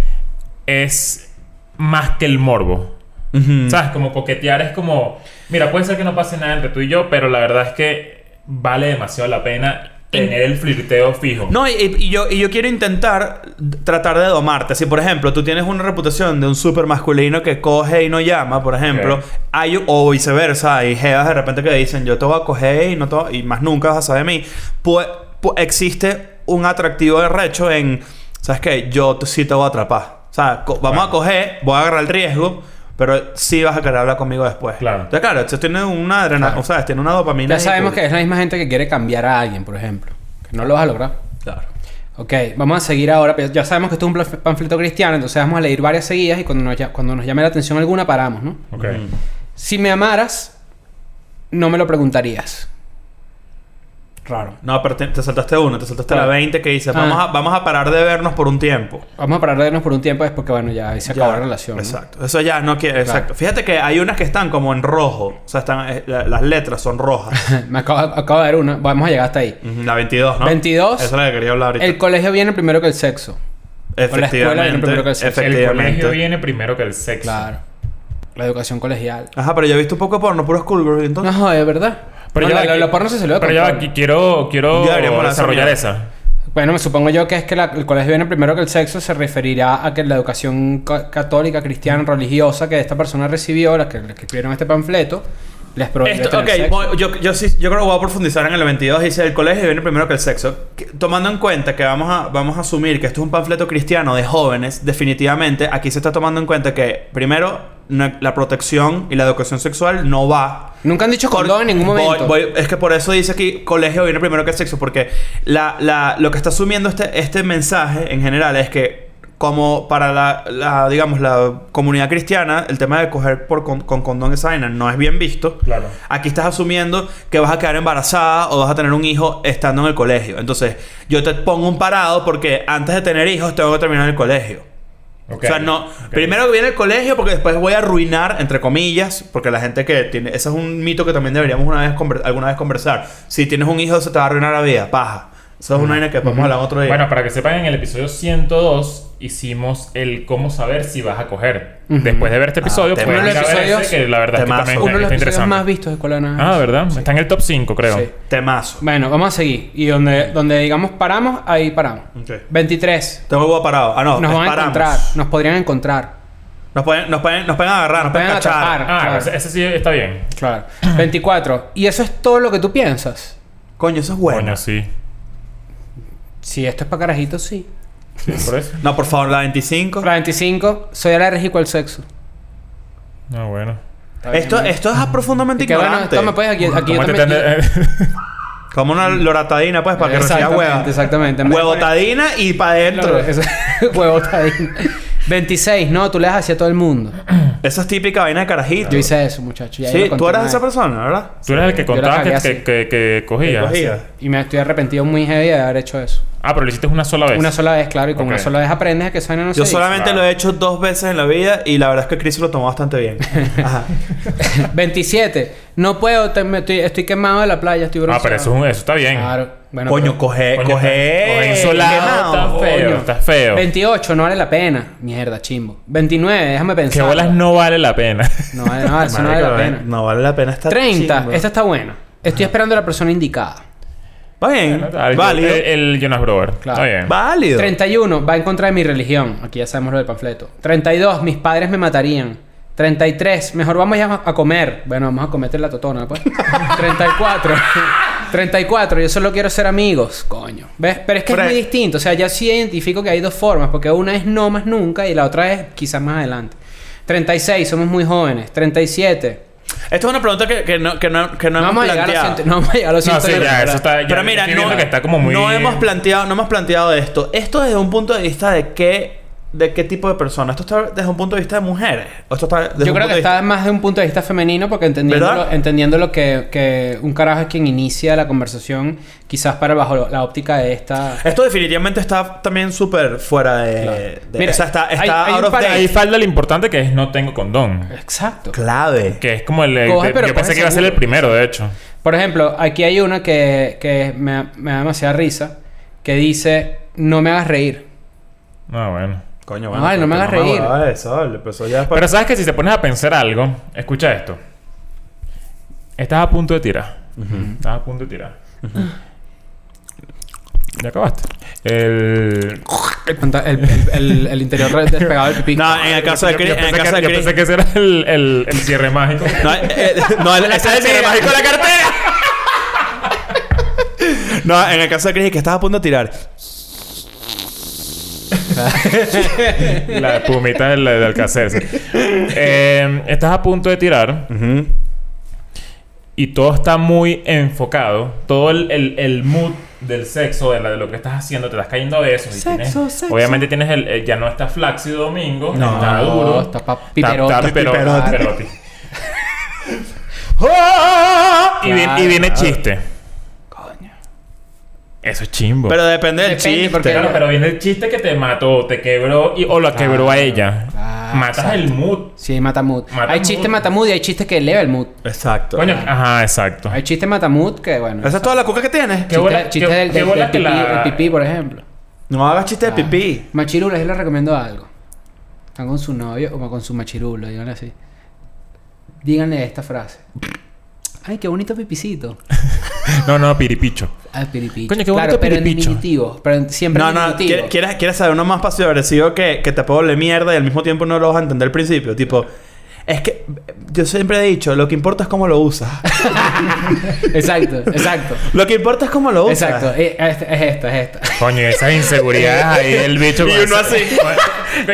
Speaker 2: es más que el morbo.
Speaker 3: Ujú.
Speaker 2: ¿Sabes? Como coquetear es como... Mira, puede ser que no pase nada entre tú y yo, pero la verdad es que vale demasiado la pena tener el flirteo fijo.
Speaker 3: No, y, y- y yo, y yo quiero intentar tratar de domarte. Si, por ejemplo, tú tienes una reputación de un súper masculino que coge y no llama, por ejemplo,
Speaker 2: Ok.
Speaker 3: hay, o viceversa, hay jevas de repente que dicen, yo te voy a coger y, no te voy- y más nunca vas a saber de mí, pues, pues existe un atractivo de recho en, ¿sabes qué? Yo t- sí te voy a atrapar. O sea, co- vamos a coger, voy a agarrar el riesgo. Pero sí vas a querer hablar conmigo después.
Speaker 2: Claro.
Speaker 3: Entonces, claro, esto tiene una adrenalina, o sea, tiene una dopamina.
Speaker 4: Ya sabemos que es la misma gente que quiere cambiar a alguien, por ejemplo. Que no lo vas a lograr.
Speaker 3: Claro.
Speaker 4: Ok, vamos a seguir ahora. pero Ya sabemos que esto es un plaf- panfleto cristiano, entonces vamos a leer varias seguidas y cuando nos, lla- cuando nos llame la atención alguna paramos, ¿no?
Speaker 2: Ok.
Speaker 3: Mm.
Speaker 4: Si me amaras, no me lo preguntarías. Raro.
Speaker 3: No, pero te, te saltaste uno, te saltaste
Speaker 4: Claro.
Speaker 3: la 20 que dices,
Speaker 4: Ah.
Speaker 3: vamos, a, vamos a parar de vernos por un tiempo.
Speaker 4: Vamos a parar de vernos por un tiempo, es porque bueno, ya ahí se acabó
Speaker 3: Ya.
Speaker 4: la relación. ¿no?
Speaker 3: Exacto. Eso ya no quiere. Exacto. Fíjate que hay unas que están como en rojo. O sea, están, eh, la- las letras son rojas.
Speaker 4: [laughs] [laughs] me acabo, acabo de ver una, vamos a llegar hasta ahí.
Speaker 3: Ujú, la 22, ¿no?
Speaker 4: 22.
Speaker 3: Esa es la que quería hablar ahorita.
Speaker 4: El colegio viene primero que el sexo. escuela viene
Speaker 3: efectivamente.
Speaker 4: primero que el sexo.
Speaker 2: El
Speaker 3: efectivamente.
Speaker 2: colegio viene primero que el sexo.
Speaker 4: Claro. La educación colegial.
Speaker 3: Ajá, pero yo he visto poco porno, puros schoolgirls.
Speaker 4: No,
Speaker 3: Entonces,
Speaker 4: joder, ¿verdad?
Speaker 2: Pero
Speaker 4: No,
Speaker 2: ya
Speaker 4: la-
Speaker 2: va,
Speaker 4: la-
Speaker 2: que-
Speaker 4: la porno se salió de
Speaker 2: Pero ya va,
Speaker 4: control.
Speaker 2: que quiero, quiero
Speaker 3: Ya deberíamos lanzar
Speaker 2: desarrollar
Speaker 3: mierda.
Speaker 2: esa.
Speaker 4: Bueno, me supongo yo que es que la- el colegio viene primero que el sexo se referirá a que la educación ca- católica, cristiana, religiosa que esta persona recibió, la que, la que escribieron este panfleto, les prohíbe
Speaker 3: Esto,
Speaker 4: tener
Speaker 3: ok,
Speaker 4: este, sexo.
Speaker 3: voy- yo, yo sí, yo creo que voy a profundizar en el 22. Dice, el colegio viene primero que el sexo. Que- tomando en cuenta que vamos a, vamos a asumir que esto es un panfleto cristiano de jóvenes, definitivamente aquí se está tomando en cuenta que, primero, no- la protección y la educación sexual no va.
Speaker 4: Nunca han dicho
Speaker 3: Cor-
Speaker 4: condón en ningún
Speaker 3: voy-
Speaker 4: momento.
Speaker 3: voy- es que por eso dice aquí colegio viene primero que el sexo, porque la, la- lo que está asumiendo este, este mensaje en general es que como para la, la, digamos, la comunidad cristiana, el tema de coger por con, con condón esa vaina no es bien visto.
Speaker 2: Claro.
Speaker 3: Aquí estás asumiendo que vas a quedar embarazada o vas a tener un hijo estando en el colegio. Entonces, yo te pongo un parado porque antes de tener hijos tengo que terminar el colegio.
Speaker 2: Ok.
Speaker 3: O sea, no.
Speaker 2: Ok.
Speaker 3: Primero viene el colegio porque después voy a arruinar, entre comillas, porque la gente que tiene. Ese es un mito que también deberíamos una vez conver- alguna vez conversar. Si tienes un hijo, se te va a arruinar la vida. Paja. Eso es
Speaker 4: Mm.
Speaker 3: una vaina que podemos hablar otro día.
Speaker 2: Bueno, para que sepan, en el episodio 102 hicimos el cómo saber si vas a coger.
Speaker 4: Ujú.
Speaker 2: Después de ver este episodio,
Speaker 3: tema.
Speaker 2: pueden
Speaker 4: Uno de los
Speaker 2: ir a ver
Speaker 4: episodios-
Speaker 2: ese, que la verdad es que
Speaker 3: temazo.
Speaker 2: también
Speaker 4: Uno de los
Speaker 2: está
Speaker 4: episodios
Speaker 2: interesante.
Speaker 4: más vistos de Escuela de Nada.
Speaker 2: Ah, ¿verdad? Está en el top 5, creo.
Speaker 4: Sí.
Speaker 3: Temazo.
Speaker 4: Bueno, vamos a seguir. Y donde, donde digamos paramos, ahí paramos.
Speaker 3: Ok.
Speaker 4: 23.
Speaker 3: Tengo el huevo parado. Ah, no.
Speaker 4: Mm. nos
Speaker 3: es
Speaker 4: van a
Speaker 3: paramos.
Speaker 4: encontrar. Nos podrían encontrar.
Speaker 3: Nos pueden, nos, pueden, nos pueden agarrar, nos, pueden
Speaker 4: pueden
Speaker 3: cachar.
Speaker 4: atrapar.
Speaker 2: Ah,
Speaker 4: Claro.
Speaker 2: ese, ese sí está bien.
Speaker 4: [clears throat] Claro. 24. Y eso es todo lo que tú piensas.
Speaker 3: Coño, eso es bueno.
Speaker 2: Coño, sí.
Speaker 4: Si esto es para carajitos, sí.
Speaker 2: Sí, por eso.
Speaker 3: No, por favor, la 25.
Speaker 4: La 25. Soy alérgico al sexo.
Speaker 2: No, Ah, bueno.
Speaker 4: Está
Speaker 3: Esto,
Speaker 4: bien,
Speaker 3: esto es profundamente
Speaker 4: Y que bueno,
Speaker 3: ignorante.
Speaker 4: esto me puedes aquí, aquí yo
Speaker 2: ¿Cómo te
Speaker 4: también.
Speaker 2: tende-
Speaker 3: Como una loratadina, pues, para que reciba
Speaker 4: Exactamente,
Speaker 3: hueva.
Speaker 4: exactamente. En vez de
Speaker 3: Huevotadina y para
Speaker 4: Claro, [laughs]
Speaker 3: adentro.
Speaker 4: eso- huevo está ahí. 26, no, tú le das hacia todo el mundo.
Speaker 3: Esa es típica vaina de carajito.
Speaker 4: Yo hice eso, muchacho. y ahí
Speaker 3: Sí,
Speaker 4: lo conté
Speaker 3: tú eras
Speaker 4: una
Speaker 3: esa
Speaker 4: vez.
Speaker 3: persona, ¿verdad?
Speaker 2: [laughs] Tú eres el que
Speaker 4: Yo la
Speaker 2: contabas
Speaker 4: cagué
Speaker 2: que,
Speaker 4: así.
Speaker 2: que, que- que cogías.
Speaker 3: Cogía.
Speaker 4: Y me estoy arrepentido muy heavy de haber hecho eso.
Speaker 2: Ah, pero lo hiciste una sola vez.
Speaker 4: Una sola vez, claro, y con
Speaker 2: Ok.
Speaker 4: una sola vez aprendes a que suena no se
Speaker 3: Yo
Speaker 4: dice. [laughs]
Speaker 3: solamente
Speaker 2: claro.
Speaker 3: lo he hecho dos veces en la vida y la verdad es que Chris lo tomó
Speaker 4: [laughs]
Speaker 3: bastante bien. Ajá.
Speaker 4: 27. No puedo, te- me estoy, estoy quemado de la playa, estoy
Speaker 2: Ah,
Speaker 4: bronceado.
Speaker 2: pero eso, es un- eso está bien.
Speaker 4: Claro. Bueno,
Speaker 3: coño,
Speaker 4: pero-
Speaker 3: coge,
Speaker 2: Coño,
Speaker 3: coge.
Speaker 2: coge insolado,
Speaker 3: quemado.
Speaker 2: está feo,
Speaker 4: coño.
Speaker 2: está feo.
Speaker 4: 28, no vale la pena. Mierda, chimbo. 29, déjame pensar.
Speaker 2: Que bolas no vale la pena.
Speaker 4: No vale, no, eso no vale
Speaker 3: Marico,
Speaker 4: la
Speaker 3: eh,
Speaker 4: pena.
Speaker 3: No vale la pena estar
Speaker 4: 30,
Speaker 3: chimbo.
Speaker 4: esta está buena. Estoy esperando a la persona indicada.
Speaker 3: Va bien.
Speaker 2: [laughs]
Speaker 3: Eh,
Speaker 2: Al-
Speaker 3: válido.
Speaker 2: El, el Jonas Brower.
Speaker 4: Claro.
Speaker 2: Está bien.
Speaker 3: válido.
Speaker 4: 31, va en contra de mi religión. Aquí ya sabemos lo del panfleto. 32, mis padres me matarían. 33, mejor vamos ya a comer. Bueno, vamos a cometer la totona, pues. 34. 34, yo solo quiero ser amigos, coño. ¿Ves? Pero es que
Speaker 3: Fre-
Speaker 4: es muy distinto. O sea, ya sí identifico que hay dos formas, porque una es no más nunca y la otra es quizás más adelante. 36, somos muy jóvenes. 37,
Speaker 3: Esta es una pregunta que, que no, que no, que no,
Speaker 4: no,
Speaker 3: hemos
Speaker 4: vamos, a llegar a los
Speaker 3: planteado.
Speaker 4: ciento- no vamos a llegar a los
Speaker 2: No, sí,
Speaker 4: 100
Speaker 2: ya, eso está. ya
Speaker 3: Pero mira,
Speaker 2: estoy
Speaker 3: no,
Speaker 2: viendo que está como muy.
Speaker 3: no hemos planteado, no hemos planteado esto. Esto desde un punto de vista de qué, de qué tipo de persona. Esto está desde un punto de vista de mujeres. O esto está desde
Speaker 4: Yo creo
Speaker 3: un punto
Speaker 4: que
Speaker 3: de
Speaker 4: está
Speaker 3: vista-
Speaker 4: más de un punto de vista femenino porque entendiendo,
Speaker 3: ¿Verdad?
Speaker 4: lo, entendiendo lo que, que un carajo es quien inicia la conversación, quizás para bajo lo- la óptica de esta...
Speaker 3: Esto definitivamente está también súper fuera de, de-
Speaker 4: Mira,
Speaker 3: o sea, está,
Speaker 4: hay-
Speaker 3: está
Speaker 4: hay un
Speaker 3: out of
Speaker 4: par-
Speaker 3: date.
Speaker 2: Ahí falta lo importante que es no tengo condón.
Speaker 4: Exacto.
Speaker 3: Clave.
Speaker 2: Que es como el.
Speaker 4: Coge,
Speaker 2: de-
Speaker 4: pero
Speaker 2: yo
Speaker 4: coge
Speaker 2: pensé que iba a ser el
Speaker 4: seguro.
Speaker 2: primero, de hecho.
Speaker 4: Por ejemplo, aquí hay una que, que me, me da demasiada risa, que dice, no me hagas reír.
Speaker 2: Ah, bueno.
Speaker 3: Coño,
Speaker 4: No, vale, no me
Speaker 3: pero
Speaker 4: hagas
Speaker 3: tú
Speaker 4: reír.
Speaker 3: hablabas de eso, vale, empezó ya
Speaker 4: Pues-
Speaker 3: después-
Speaker 2: Pero sabes que si te pones a pensar algo, escucha esto. Estás a punto de tirar. Estás a punto de tirar. Ya acabaste. El.
Speaker 4: El, panta- el, el- el- el interior re- despegado del pipí.
Speaker 3: [laughs] No, en el caso de
Speaker 2: Yo-
Speaker 3: Chris...
Speaker 2: yo
Speaker 3: en el
Speaker 2: pensé
Speaker 3: caso
Speaker 2: que-
Speaker 3: de
Speaker 2: yo
Speaker 3: Chris-
Speaker 2: pensé que ese era el, el- el cierre mágico.
Speaker 3: [laughs] No, eh,
Speaker 2: [laughs]
Speaker 3: eh, no, el-
Speaker 2: ¡Ese es el cierre mágico de la cartera!
Speaker 3: [laughs] No, en el caso de Chris que estás a punto de tirar.
Speaker 2: La espumita del, del Alcacer.
Speaker 3: [laughs]
Speaker 2: Eh, estás a punto de tirar y todo está muy enfocado. Todo el, el- el mood del sexo, de, la- de lo que estás haciendo, te estás cayendo de eso. y tienes- Obviamente tienes el, el- Ya no está flácido domingo.
Speaker 3: No,
Speaker 2: está duro.
Speaker 4: está pa-
Speaker 2: Está- está
Speaker 4: piperote.
Speaker 2: pipero- ah,
Speaker 3: Piperote.
Speaker 2: piperote. y, viene, y
Speaker 4: Claro,
Speaker 2: viene
Speaker 4: claro.
Speaker 2: chiste.
Speaker 4: Coño.
Speaker 2: Eso es chimbo.
Speaker 3: Pero depende del
Speaker 4: Depende,
Speaker 3: chiste.
Speaker 4: porque-
Speaker 2: Claro, pero viene el chiste que te mató, te quebró y, o la quebró a ella.
Speaker 4: claro,
Speaker 2: Matas
Speaker 4: Ah, exacto.
Speaker 2: el mood.
Speaker 4: Sí, mata mood.
Speaker 2: Mata
Speaker 4: hay
Speaker 2: mood.
Speaker 4: chistes mata mood y hay chistes que eleva el mood.
Speaker 3: Exacto.
Speaker 2: Coño, ajá, exacto.
Speaker 4: Hay chistes mata mood que, bueno...
Speaker 3: ¿Esa es toda la cuca que tienes?
Speaker 2: ¿Qué? bola-
Speaker 4: Chistes chiste
Speaker 2: qué-
Speaker 4: del,
Speaker 2: qué
Speaker 4: del-
Speaker 2: bola
Speaker 4: del
Speaker 2: que
Speaker 4: pipí,
Speaker 2: la-
Speaker 4: el pipí, por ejemplo.
Speaker 3: No hagas chiste de
Speaker 2: Ah.
Speaker 3: pipí.
Speaker 4: Machirula, yo Ah. le recomiendo algo. Están con su novio o con su machirulo, díganle así. Díganle esta frase. Ay, qué bonito pipicito.
Speaker 2: No, no, piripicho.
Speaker 4: Ay, piripicho.
Speaker 2: Coño, qué bonito
Speaker 4: claro, pero en
Speaker 2: piripicho.
Speaker 4: diminutivo. Pero en- siempre
Speaker 3: No,
Speaker 4: en
Speaker 3: no,
Speaker 4: diminutivo.
Speaker 3: ¿quiere- ¿quieres, quieres saber uno más pasivo-agresivo que, que te puedo hablar mierda y al mismo tiempo no lo vas a entender al principio? Tipo, es que yo siempre he dicho, lo que importa es cómo lo usas.
Speaker 4: [laughs]
Speaker 3: [laughs]
Speaker 4: Exacto, exacto.
Speaker 3: lo que importa es cómo lo usas.
Speaker 4: exacto. Eh, Es, es esta, es esta.
Speaker 2: Coño, esas inseguridades
Speaker 3: [laughs]
Speaker 2: ahí el bicho.
Speaker 3: Y
Speaker 2: con esa-
Speaker 3: uno
Speaker 2: [laughs]
Speaker 3: así.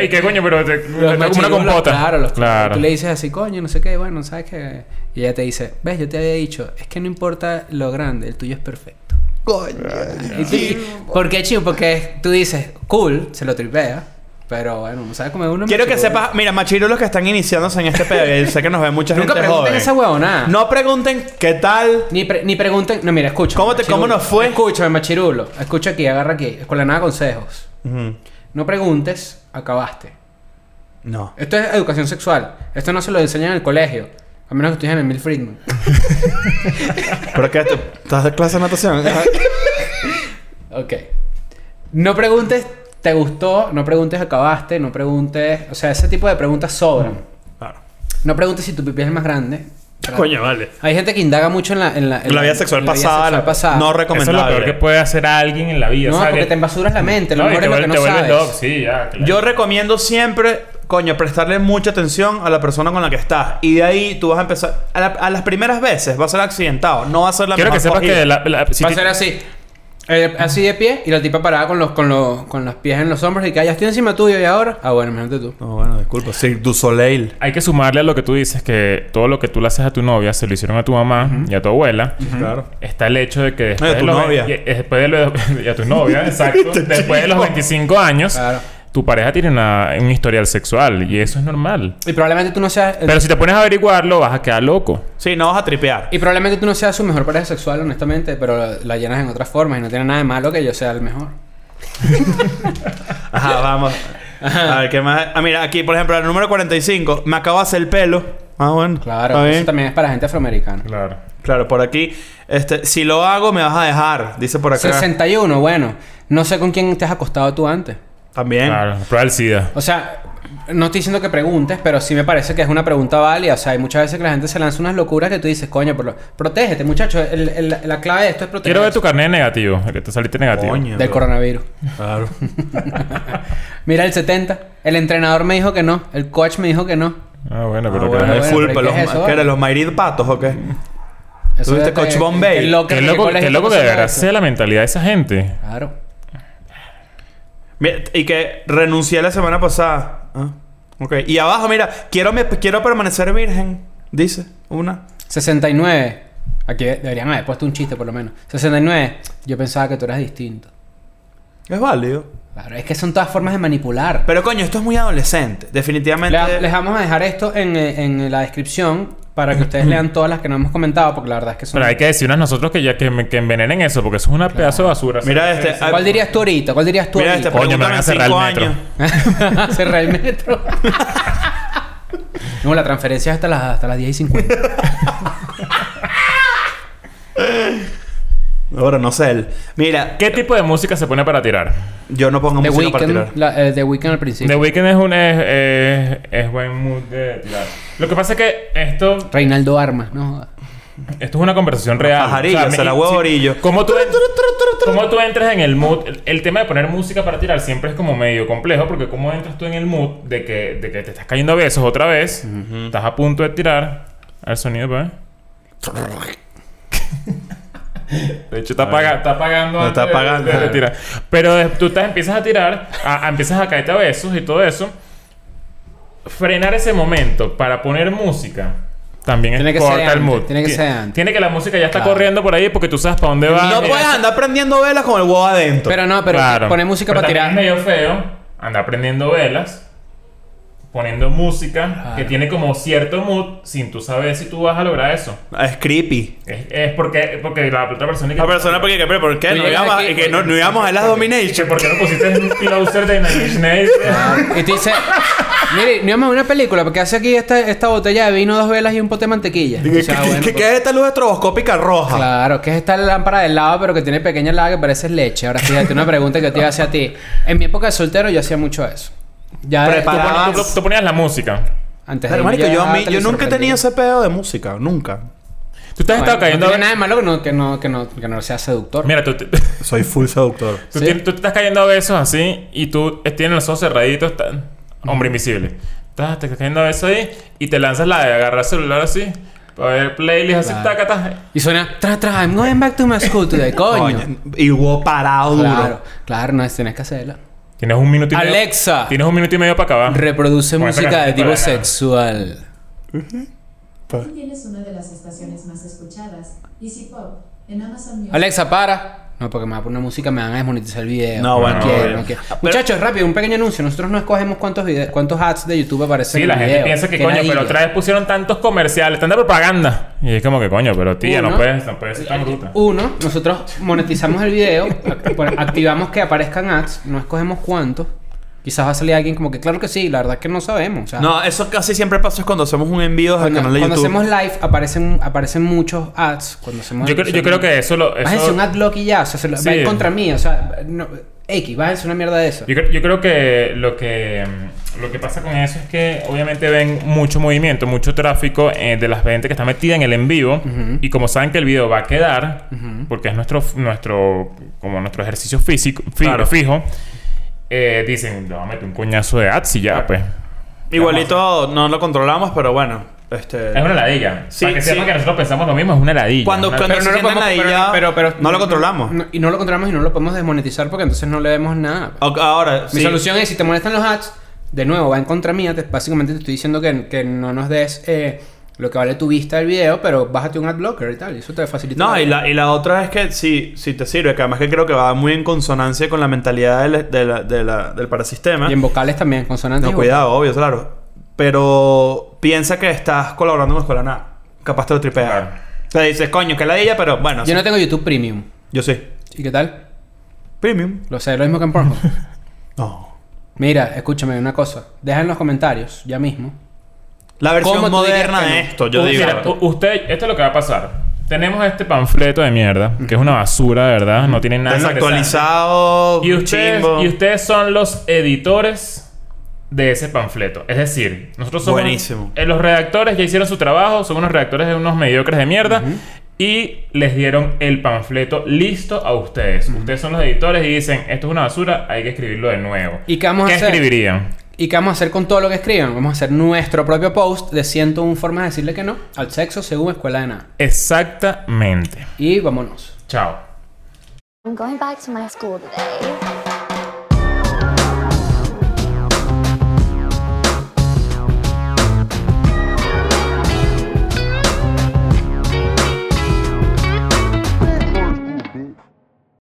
Speaker 2: ¿Y qué coño? Pero te,
Speaker 4: Los
Speaker 2: está como una
Speaker 4: machirulos,
Speaker 2: compota.
Speaker 4: Claro, los
Speaker 2: claro.
Speaker 4: Tú le dices así, coño, no sé qué, bueno, sabes que. Y ella te dice, ves, yo te había dicho, es que no importa lo grande, el tuyo es perfecto.
Speaker 3: Ah.
Speaker 4: Y tú- ¿Por qué chimbo? Porque tú dices, cool, se lo tripea, pero bueno, no sabes cómo es uno.
Speaker 3: Quiero que
Speaker 4: machirulo.
Speaker 3: sepas, mira, machirulos que están iniciándose en
Speaker 4: [laughs]
Speaker 3: este pedo, yo sé que nos ve mucha
Speaker 4: Nunca
Speaker 3: gente
Speaker 4: pregunten
Speaker 3: joven.
Speaker 4: esa huevonada.
Speaker 3: No pregunten qué tal.
Speaker 4: Ni, pre- ni pregunten, no, mira, escucha.
Speaker 3: ¿Cómo te- cómo nos fue?
Speaker 4: Escúchame, machirulo. Escucha aquí, agarra aquí. Con la nada consejos.
Speaker 3: Ujú.
Speaker 4: No preguntes, acabaste.
Speaker 3: No.
Speaker 4: Esto es educación sexual. Esto no se lo enseñan en el colegio. A menos que estés en el Mill Friedman.
Speaker 3: ¿Pero qué? te- ¿Estás de clase de [laughs] natación?
Speaker 4: Ok. No preguntes, ¿te gustó? No preguntes, acabaste. No preguntes. O sea, ese tipo de preguntas sobran.
Speaker 2: Mm.
Speaker 3: Claro.
Speaker 4: No preguntes si tu pipí es el más grande.
Speaker 3: Coño, vale.
Speaker 4: Hay gente que indaga mucho en la... En la, en
Speaker 3: En la vida sexual
Speaker 4: en la vida
Speaker 3: pasada,
Speaker 4: sexual
Speaker 3: la-
Speaker 4: pasada.
Speaker 3: no
Speaker 2: Eso es lo
Speaker 3: recomendable.
Speaker 2: peor que puede hacer a alguien en la vida.
Speaker 4: No,
Speaker 2: ¿sabes?
Speaker 4: porque te embasuras la mente. Lo
Speaker 2: No, y
Speaker 4: mejor
Speaker 2: te
Speaker 4: es lo
Speaker 2: vuel-
Speaker 4: que no
Speaker 2: te vuelves
Speaker 4: sabes.
Speaker 2: loco, sí, ya. claro.
Speaker 3: Yo recomiendo siempre, coño, prestarle mucha atención a la persona con la que estás. Y de ahí tú vas a empezar. A, la- a las primeras veces va a ser accidentado. No va a ser la
Speaker 2: Quiero que
Speaker 3: mejor
Speaker 2: sepas
Speaker 3: cogida.
Speaker 2: que la, la- si
Speaker 4: Va a
Speaker 2: ti-
Speaker 4: ser así. Eh, así de pie y la tipa parada con los, con los, con los pies en los hombros y que "Ah, ya estoy encima tuyo y ahora. Ah, bueno, imagínate tú.
Speaker 3: No, bueno, disculpa. Sí, du Soleil.
Speaker 2: Hay que sumarle a lo que tú dices que todo lo que tú le haces a tu novia se lo hicieron a tu mamá y a tu abuela.
Speaker 3: Claro.
Speaker 2: Está el hecho de que después
Speaker 3: a tu
Speaker 2: de los [laughs] ve-
Speaker 3: novia. [laughs]
Speaker 2: y- y después de los- y a tu novia, exacto.
Speaker 3: Este
Speaker 2: después de los
Speaker 3: chico.
Speaker 2: 25 años,
Speaker 4: Claro.
Speaker 2: tu pareja tiene una- un historial sexual y eso es normal.
Speaker 4: Y probablemente tú no seas.
Speaker 2: Pero si te pones a averiguarlo, vas a quedar loco.
Speaker 3: Sí, no vas a tripear.
Speaker 4: Y probablemente tú no seas su mejor pareja sexual, honestamente, pero la llenas en otras formas y no tiene nada de malo que yo sea el mejor.
Speaker 3: [laughs] Ajá, vamos. A ver, ¿qué más? Ah, mira, aquí, por ejemplo, el número 45. Me acabo de hacer el pelo. Ah, bueno.
Speaker 4: Claro,
Speaker 3: Está
Speaker 4: eso
Speaker 3: bien.
Speaker 4: también es para gente afroamericana.
Speaker 2: Claro.
Speaker 3: Claro, por aquí. Este, si lo hago, me vas a dejar. Dice por acá.
Speaker 4: 61, bueno. No sé con quién te has acostado tú antes.
Speaker 3: También.
Speaker 2: Claro. Prueba el SIDA.
Speaker 4: O sea, no estoy diciendo que preguntes, pero sí me parece que es una pregunta válida. O sea, hay muchas veces que la gente se lanza unas locuras que tú dices, coño, por lo- protégete, muchacho. El- el- la clave de esto es proteger
Speaker 2: Quiero ver tu carnet negativo. Que te saliste negativo.
Speaker 3: Coño,
Speaker 4: del
Speaker 3: bro.
Speaker 4: coronavirus.
Speaker 3: Claro.
Speaker 4: Mira el 70. El entrenador me dijo que no. El coach me dijo que no.
Speaker 2: Ah, bueno,
Speaker 3: Ah,
Speaker 2: pero
Speaker 3: bueno,
Speaker 2: claro.
Speaker 4: bueno,
Speaker 3: es full,
Speaker 4: pero
Speaker 3: pero
Speaker 4: ¿qué es
Speaker 3: los,
Speaker 4: eso,
Speaker 3: ¿qué
Speaker 4: vale?
Speaker 3: eran los Mayrid Patos o qué?
Speaker 4: Eso
Speaker 3: ¿Tuviste
Speaker 4: ya
Speaker 3: coach
Speaker 4: te-
Speaker 3: Bombay?
Speaker 4: Qué loco,
Speaker 2: Qué loco,
Speaker 4: colegio
Speaker 2: qué loco que de
Speaker 4: consiguió
Speaker 2: verdad
Speaker 4: eso.
Speaker 2: sea la mentalidad de esa gente.
Speaker 4: Claro.
Speaker 3: Mira, y que renuncié la semana pasada. Ah, ok. Y abajo, mira, quiero, me, quiero permanecer virgen. Dice una.
Speaker 4: 69. Aquí deberían haber puesto un chiste por lo menos. 69. Yo pensaba que tú eras distinto.
Speaker 3: Es válido.
Speaker 4: Claro, es que son todas formas de manipular.
Speaker 3: Pero coño, esto es muy adolescente. Definitivamente.
Speaker 4: Le- les vamos a dejar esto en, eh, en la descripción para que ustedes lean todas las que no hemos comentado, porque la verdad es que son.
Speaker 2: Pero hay que decirnos nosotros que ya que, me- que envenenen eso, porque eso es una pedazo de basura.
Speaker 3: Mira
Speaker 2: ¿sabes?
Speaker 3: este. ah,
Speaker 4: ¿Cuál dirías tú ahorita? ¿Cuál dirías tú
Speaker 3: Mira este.
Speaker 4: ahorita?
Speaker 2: Coño, me van a
Speaker 3: pregúntame en
Speaker 2: cerrar el
Speaker 3: cinco
Speaker 2: metro.
Speaker 4: [laughs]
Speaker 3: años.
Speaker 4: Cerrar el metro. no, la transferencia es hasta las, hasta las 10 y 50.
Speaker 3: Ahora no sé él. Mira,
Speaker 2: ¿Qué tipo de música se pone para tirar?
Speaker 3: yo no pongo
Speaker 4: The
Speaker 3: música para tirar.
Speaker 4: Weeknd, la- eh, The Weeknd al principio.
Speaker 2: The Weeknd es un es, es, es buen mood de tirar. Lo que pasa es que esto,
Speaker 4: Reinaldo Armas, no jodas.
Speaker 2: esto es una conversación real.
Speaker 3: Pajarillo,
Speaker 2: me-
Speaker 3: se la huevo
Speaker 2: sí,
Speaker 3: orillo.
Speaker 2: ¿cómo tú, en- cómo tú entras en el mood? El, el tema de poner música para tirar siempre es como medio complejo, porque cómo entras tú en el mood de que, de que te estás cayendo a besos otra vez, estás a punto de tirar. Al sonido,
Speaker 3: [laughs]
Speaker 2: pues. De hecho, está, paga- está pagando.
Speaker 3: No, está
Speaker 2: antes de-
Speaker 3: pagando.
Speaker 2: de- de tirar. Pero de- tú estás, empiezas a tirar, a- a- empiezas a caerte a besos y todo eso. Frenar ese momento para poner música también
Speaker 4: Tiene
Speaker 2: es
Speaker 4: que
Speaker 2: corta
Speaker 4: ser
Speaker 2: el
Speaker 4: antes,
Speaker 2: mood.
Speaker 4: tiene que
Speaker 2: Ti-
Speaker 4: ser antes.
Speaker 2: Tiene que la música ya está
Speaker 4: Claro.
Speaker 2: corriendo por ahí porque tú sabes para dónde va.
Speaker 3: No puedes andar prendiendo velas con el huevo adentro.
Speaker 4: Pero no, pero poner música para tirar.
Speaker 2: Es medio feo andar prendiendo velas. Poniendo música que
Speaker 4: Claro.
Speaker 2: tiene como cierto mood sin tú saber si tú vas a lograr eso.
Speaker 3: Es creepy.
Speaker 2: Es, es porque, porque la otra persona...
Speaker 3: La persona porque que, pero ¿por qué?
Speaker 4: Tú
Speaker 3: No
Speaker 4: llegas
Speaker 3: íbamos,
Speaker 4: aquí-
Speaker 3: que no, no íbamos a las
Speaker 2: Che, [laughs]
Speaker 3: Domination.
Speaker 2: ¿por qué no pusiste un closer de Nine Inch Nails?
Speaker 4: Y te dice, mire, no vamos a una película, porque hace aquí esta, esta botella de vino, dos velas y un pote de mantequilla.
Speaker 3: [laughs] ¿Qué,
Speaker 4: O sea, bueno,
Speaker 3: qué-
Speaker 4: pues-
Speaker 3: qué es esta luz estroboscópica roja?
Speaker 4: Claro, que es esta lámpara de lado, pero que tiene pequeña lava que parece leche. Ahora fíjate, una pregunta que yo te iba a hacer a ti. En mi época de soltero yo hacía mucho eso. Ya de-
Speaker 3: Prepara-
Speaker 4: tú pones-
Speaker 2: Tú, tú ponías la música.
Speaker 4: Antes
Speaker 3: Pero,
Speaker 4: ir
Speaker 3: marico,
Speaker 4: ya
Speaker 3: yo, a mí-
Speaker 4: te
Speaker 3: yo
Speaker 4: lo
Speaker 3: nunca he tenido
Speaker 4: sorprendí.
Speaker 3: ese pedo de música. Nunca.
Speaker 2: Tú te has
Speaker 4: Bueno,
Speaker 2: estado cayendo...
Speaker 4: No
Speaker 2: a
Speaker 4: tiene
Speaker 2: be-
Speaker 4: nada de malo que no, que no, que no, que no sea seductor.
Speaker 2: Mira, tú, te- [laughs] tú,
Speaker 3: Soy full seductor.
Speaker 4: Sí.
Speaker 2: tienes- tú te estás cayendo a besos así y tú eh, tienes los ojos cerraditos. ta- Hombre invisible. Estás, te estás cayendo a besos ahí y te lanzas la de agarrar el celular así. Para ver playlist así, taca, taca.
Speaker 4: Y suena, tra, tra, I'm going back to my school today, coño.
Speaker 3: Y hubo parado
Speaker 4: Claro,
Speaker 3: duro.
Speaker 4: claro, no, tienes que hacerla.
Speaker 2: Tienes un minuto y medio...
Speaker 4: Alexa.
Speaker 2: Tienes un minuto y medio para acabar.
Speaker 4: Reproduce
Speaker 2: Bueno,
Speaker 4: música
Speaker 2: espera,
Speaker 4: de tipo
Speaker 2: espera, espera.
Speaker 4: sexual.
Speaker 5: Tienes una de las estaciones más escuchadas, Easy Pop, en Amazon Music.
Speaker 4: Alexa, para. No, porque me va a poner música, me van a desmonetizar el video.
Speaker 3: No, bueno,
Speaker 4: no quiero,
Speaker 3: bueno.
Speaker 4: no quiero.
Speaker 3: Pero-
Speaker 4: Muchachos, rápido, un pequeño anuncio. Nosotros no escogemos cuántos videos, cuántos ads de YouTube aparecen
Speaker 2: Sí,
Speaker 4: en
Speaker 2: la
Speaker 4: el
Speaker 2: gente
Speaker 4: video.
Speaker 2: piensa que
Speaker 4: Qué
Speaker 2: coño,
Speaker 4: ladilla.
Speaker 2: pero otra vez pusieron tantos comerciales, tanta propaganda. Y es como que coño, pero tía, no
Speaker 4: Uno.
Speaker 2: puedes, no puedes ser tan bruta.
Speaker 4: Uno, nosotros monetizamos el video, act- pon- activamos que aparezcan ads, no escogemos cuántos. Quizás va a salir alguien como que, claro que sí, la verdad es que no sabemos. o sea,
Speaker 3: No, eso casi siempre pasa es cuando hacemos un envío al
Speaker 4: cuando,
Speaker 3: canal de
Speaker 4: cuando
Speaker 3: YouTube.
Speaker 4: hacemos live aparecen, aparecen muchos ads. Cuando hacemos
Speaker 2: Yo creo, yo creo que eso lo. eso-
Speaker 4: Bájense un adblock y ya, o sea, se lo-
Speaker 2: Sí.
Speaker 4: va en contra mí, o sea, no- X, bájense una mierda de eso.
Speaker 2: Yo, cre- yo creo que lo que mm, lo que pasa con eso es que obviamente ven mucho movimiento, mucho tráfico eh, de las gente que está metida en el en vivo y como saben que el video va a quedar porque es nuestro nuestro como nuestro ejercicio físico fi-
Speaker 3: Claro.
Speaker 2: fijo eh, dicen vamos a meter un coñazo de ads y ya pues
Speaker 3: Igualito no lo controlamos, pero bueno. Este...
Speaker 2: es una ladilla
Speaker 3: Sí,
Speaker 2: para que
Speaker 3: sí.
Speaker 2: sepan que nosotros pensamos lo mismo es una ladilla
Speaker 3: Cuando-
Speaker 2: Una-
Speaker 3: cuando- se sientan ahí ya, no lo controlamos.
Speaker 4: no- y no lo controlamos y no lo podemos desmonetizar porque entonces no le vemos nada.
Speaker 3: Ok, Ahora,
Speaker 4: Mi
Speaker 3: sí.
Speaker 4: solución es, si te molestan los ads, de nuevo, va en contra mía. te- básicamente te estoy diciendo que, que no nos des eh, lo que vale tu vista del video, pero bájate un adblocker y tal. Y eso te facilita.
Speaker 3: No, y la, y la otra es que sí, sí te sirve, que además que creo que va muy en consonancia con la mentalidad del, de la- de la- del parasistema.
Speaker 4: Y en vocales también, consonantes. y
Speaker 3: No, cuidado, obvio, claro. Pero piensa que estás colaborando con Escuela de Nada. Capaz te lo tripeas.
Speaker 2: Claro.
Speaker 3: Te dices, coño, que la de ella, pero bueno.
Speaker 4: vocales.
Speaker 3: sí.
Speaker 4: Yo no tengo YouTube Premium.
Speaker 3: Yo sí.
Speaker 4: ¿Y qué tal?
Speaker 3: Premium.
Speaker 4: Lo sé, lo mismo que en
Speaker 3: [laughs]
Speaker 4: Pornhub.
Speaker 3: No.
Speaker 4: Mira, escúchame una cosa. Deja en los comentarios, ya mismo.
Speaker 3: La
Speaker 4: ¿Cómo
Speaker 3: versión
Speaker 4: tú dirías
Speaker 3: moderna
Speaker 4: que
Speaker 3: de
Speaker 4: no?
Speaker 3: esto, yo
Speaker 2: U-
Speaker 3: digo.
Speaker 2: mira, u- usted, esto es lo que va a pasar. Tenemos este panfleto de mierda, que es una basura, de verdad. No tiene nada interesante.
Speaker 3: Desactualizado.
Speaker 2: Y ustedes,
Speaker 3: chimbo.
Speaker 2: y ustedes son los editores de ese panfleto. Es decir, nosotros somos.
Speaker 3: Buenísimo.
Speaker 2: eh, los redactores ya hicieron su trabajo, son unos redactores de unos mediocres de mierda. Y les dieron el panfleto listo a ustedes. Ustedes son los editores y dicen: Esto es una basura, hay que escribirlo de nuevo.
Speaker 4: ¿Y qué vamos a hacer?
Speaker 2: escribirían?
Speaker 4: ¿Y qué vamos a hacer con todo lo que escriban? Vamos a hacer nuestro propio post de 101 formas de decirle que no al sexo según Escuela de Nada.
Speaker 2: Exactamente.
Speaker 4: Y vámonos.
Speaker 2: Chao.
Speaker 1: I'm going back to my school today.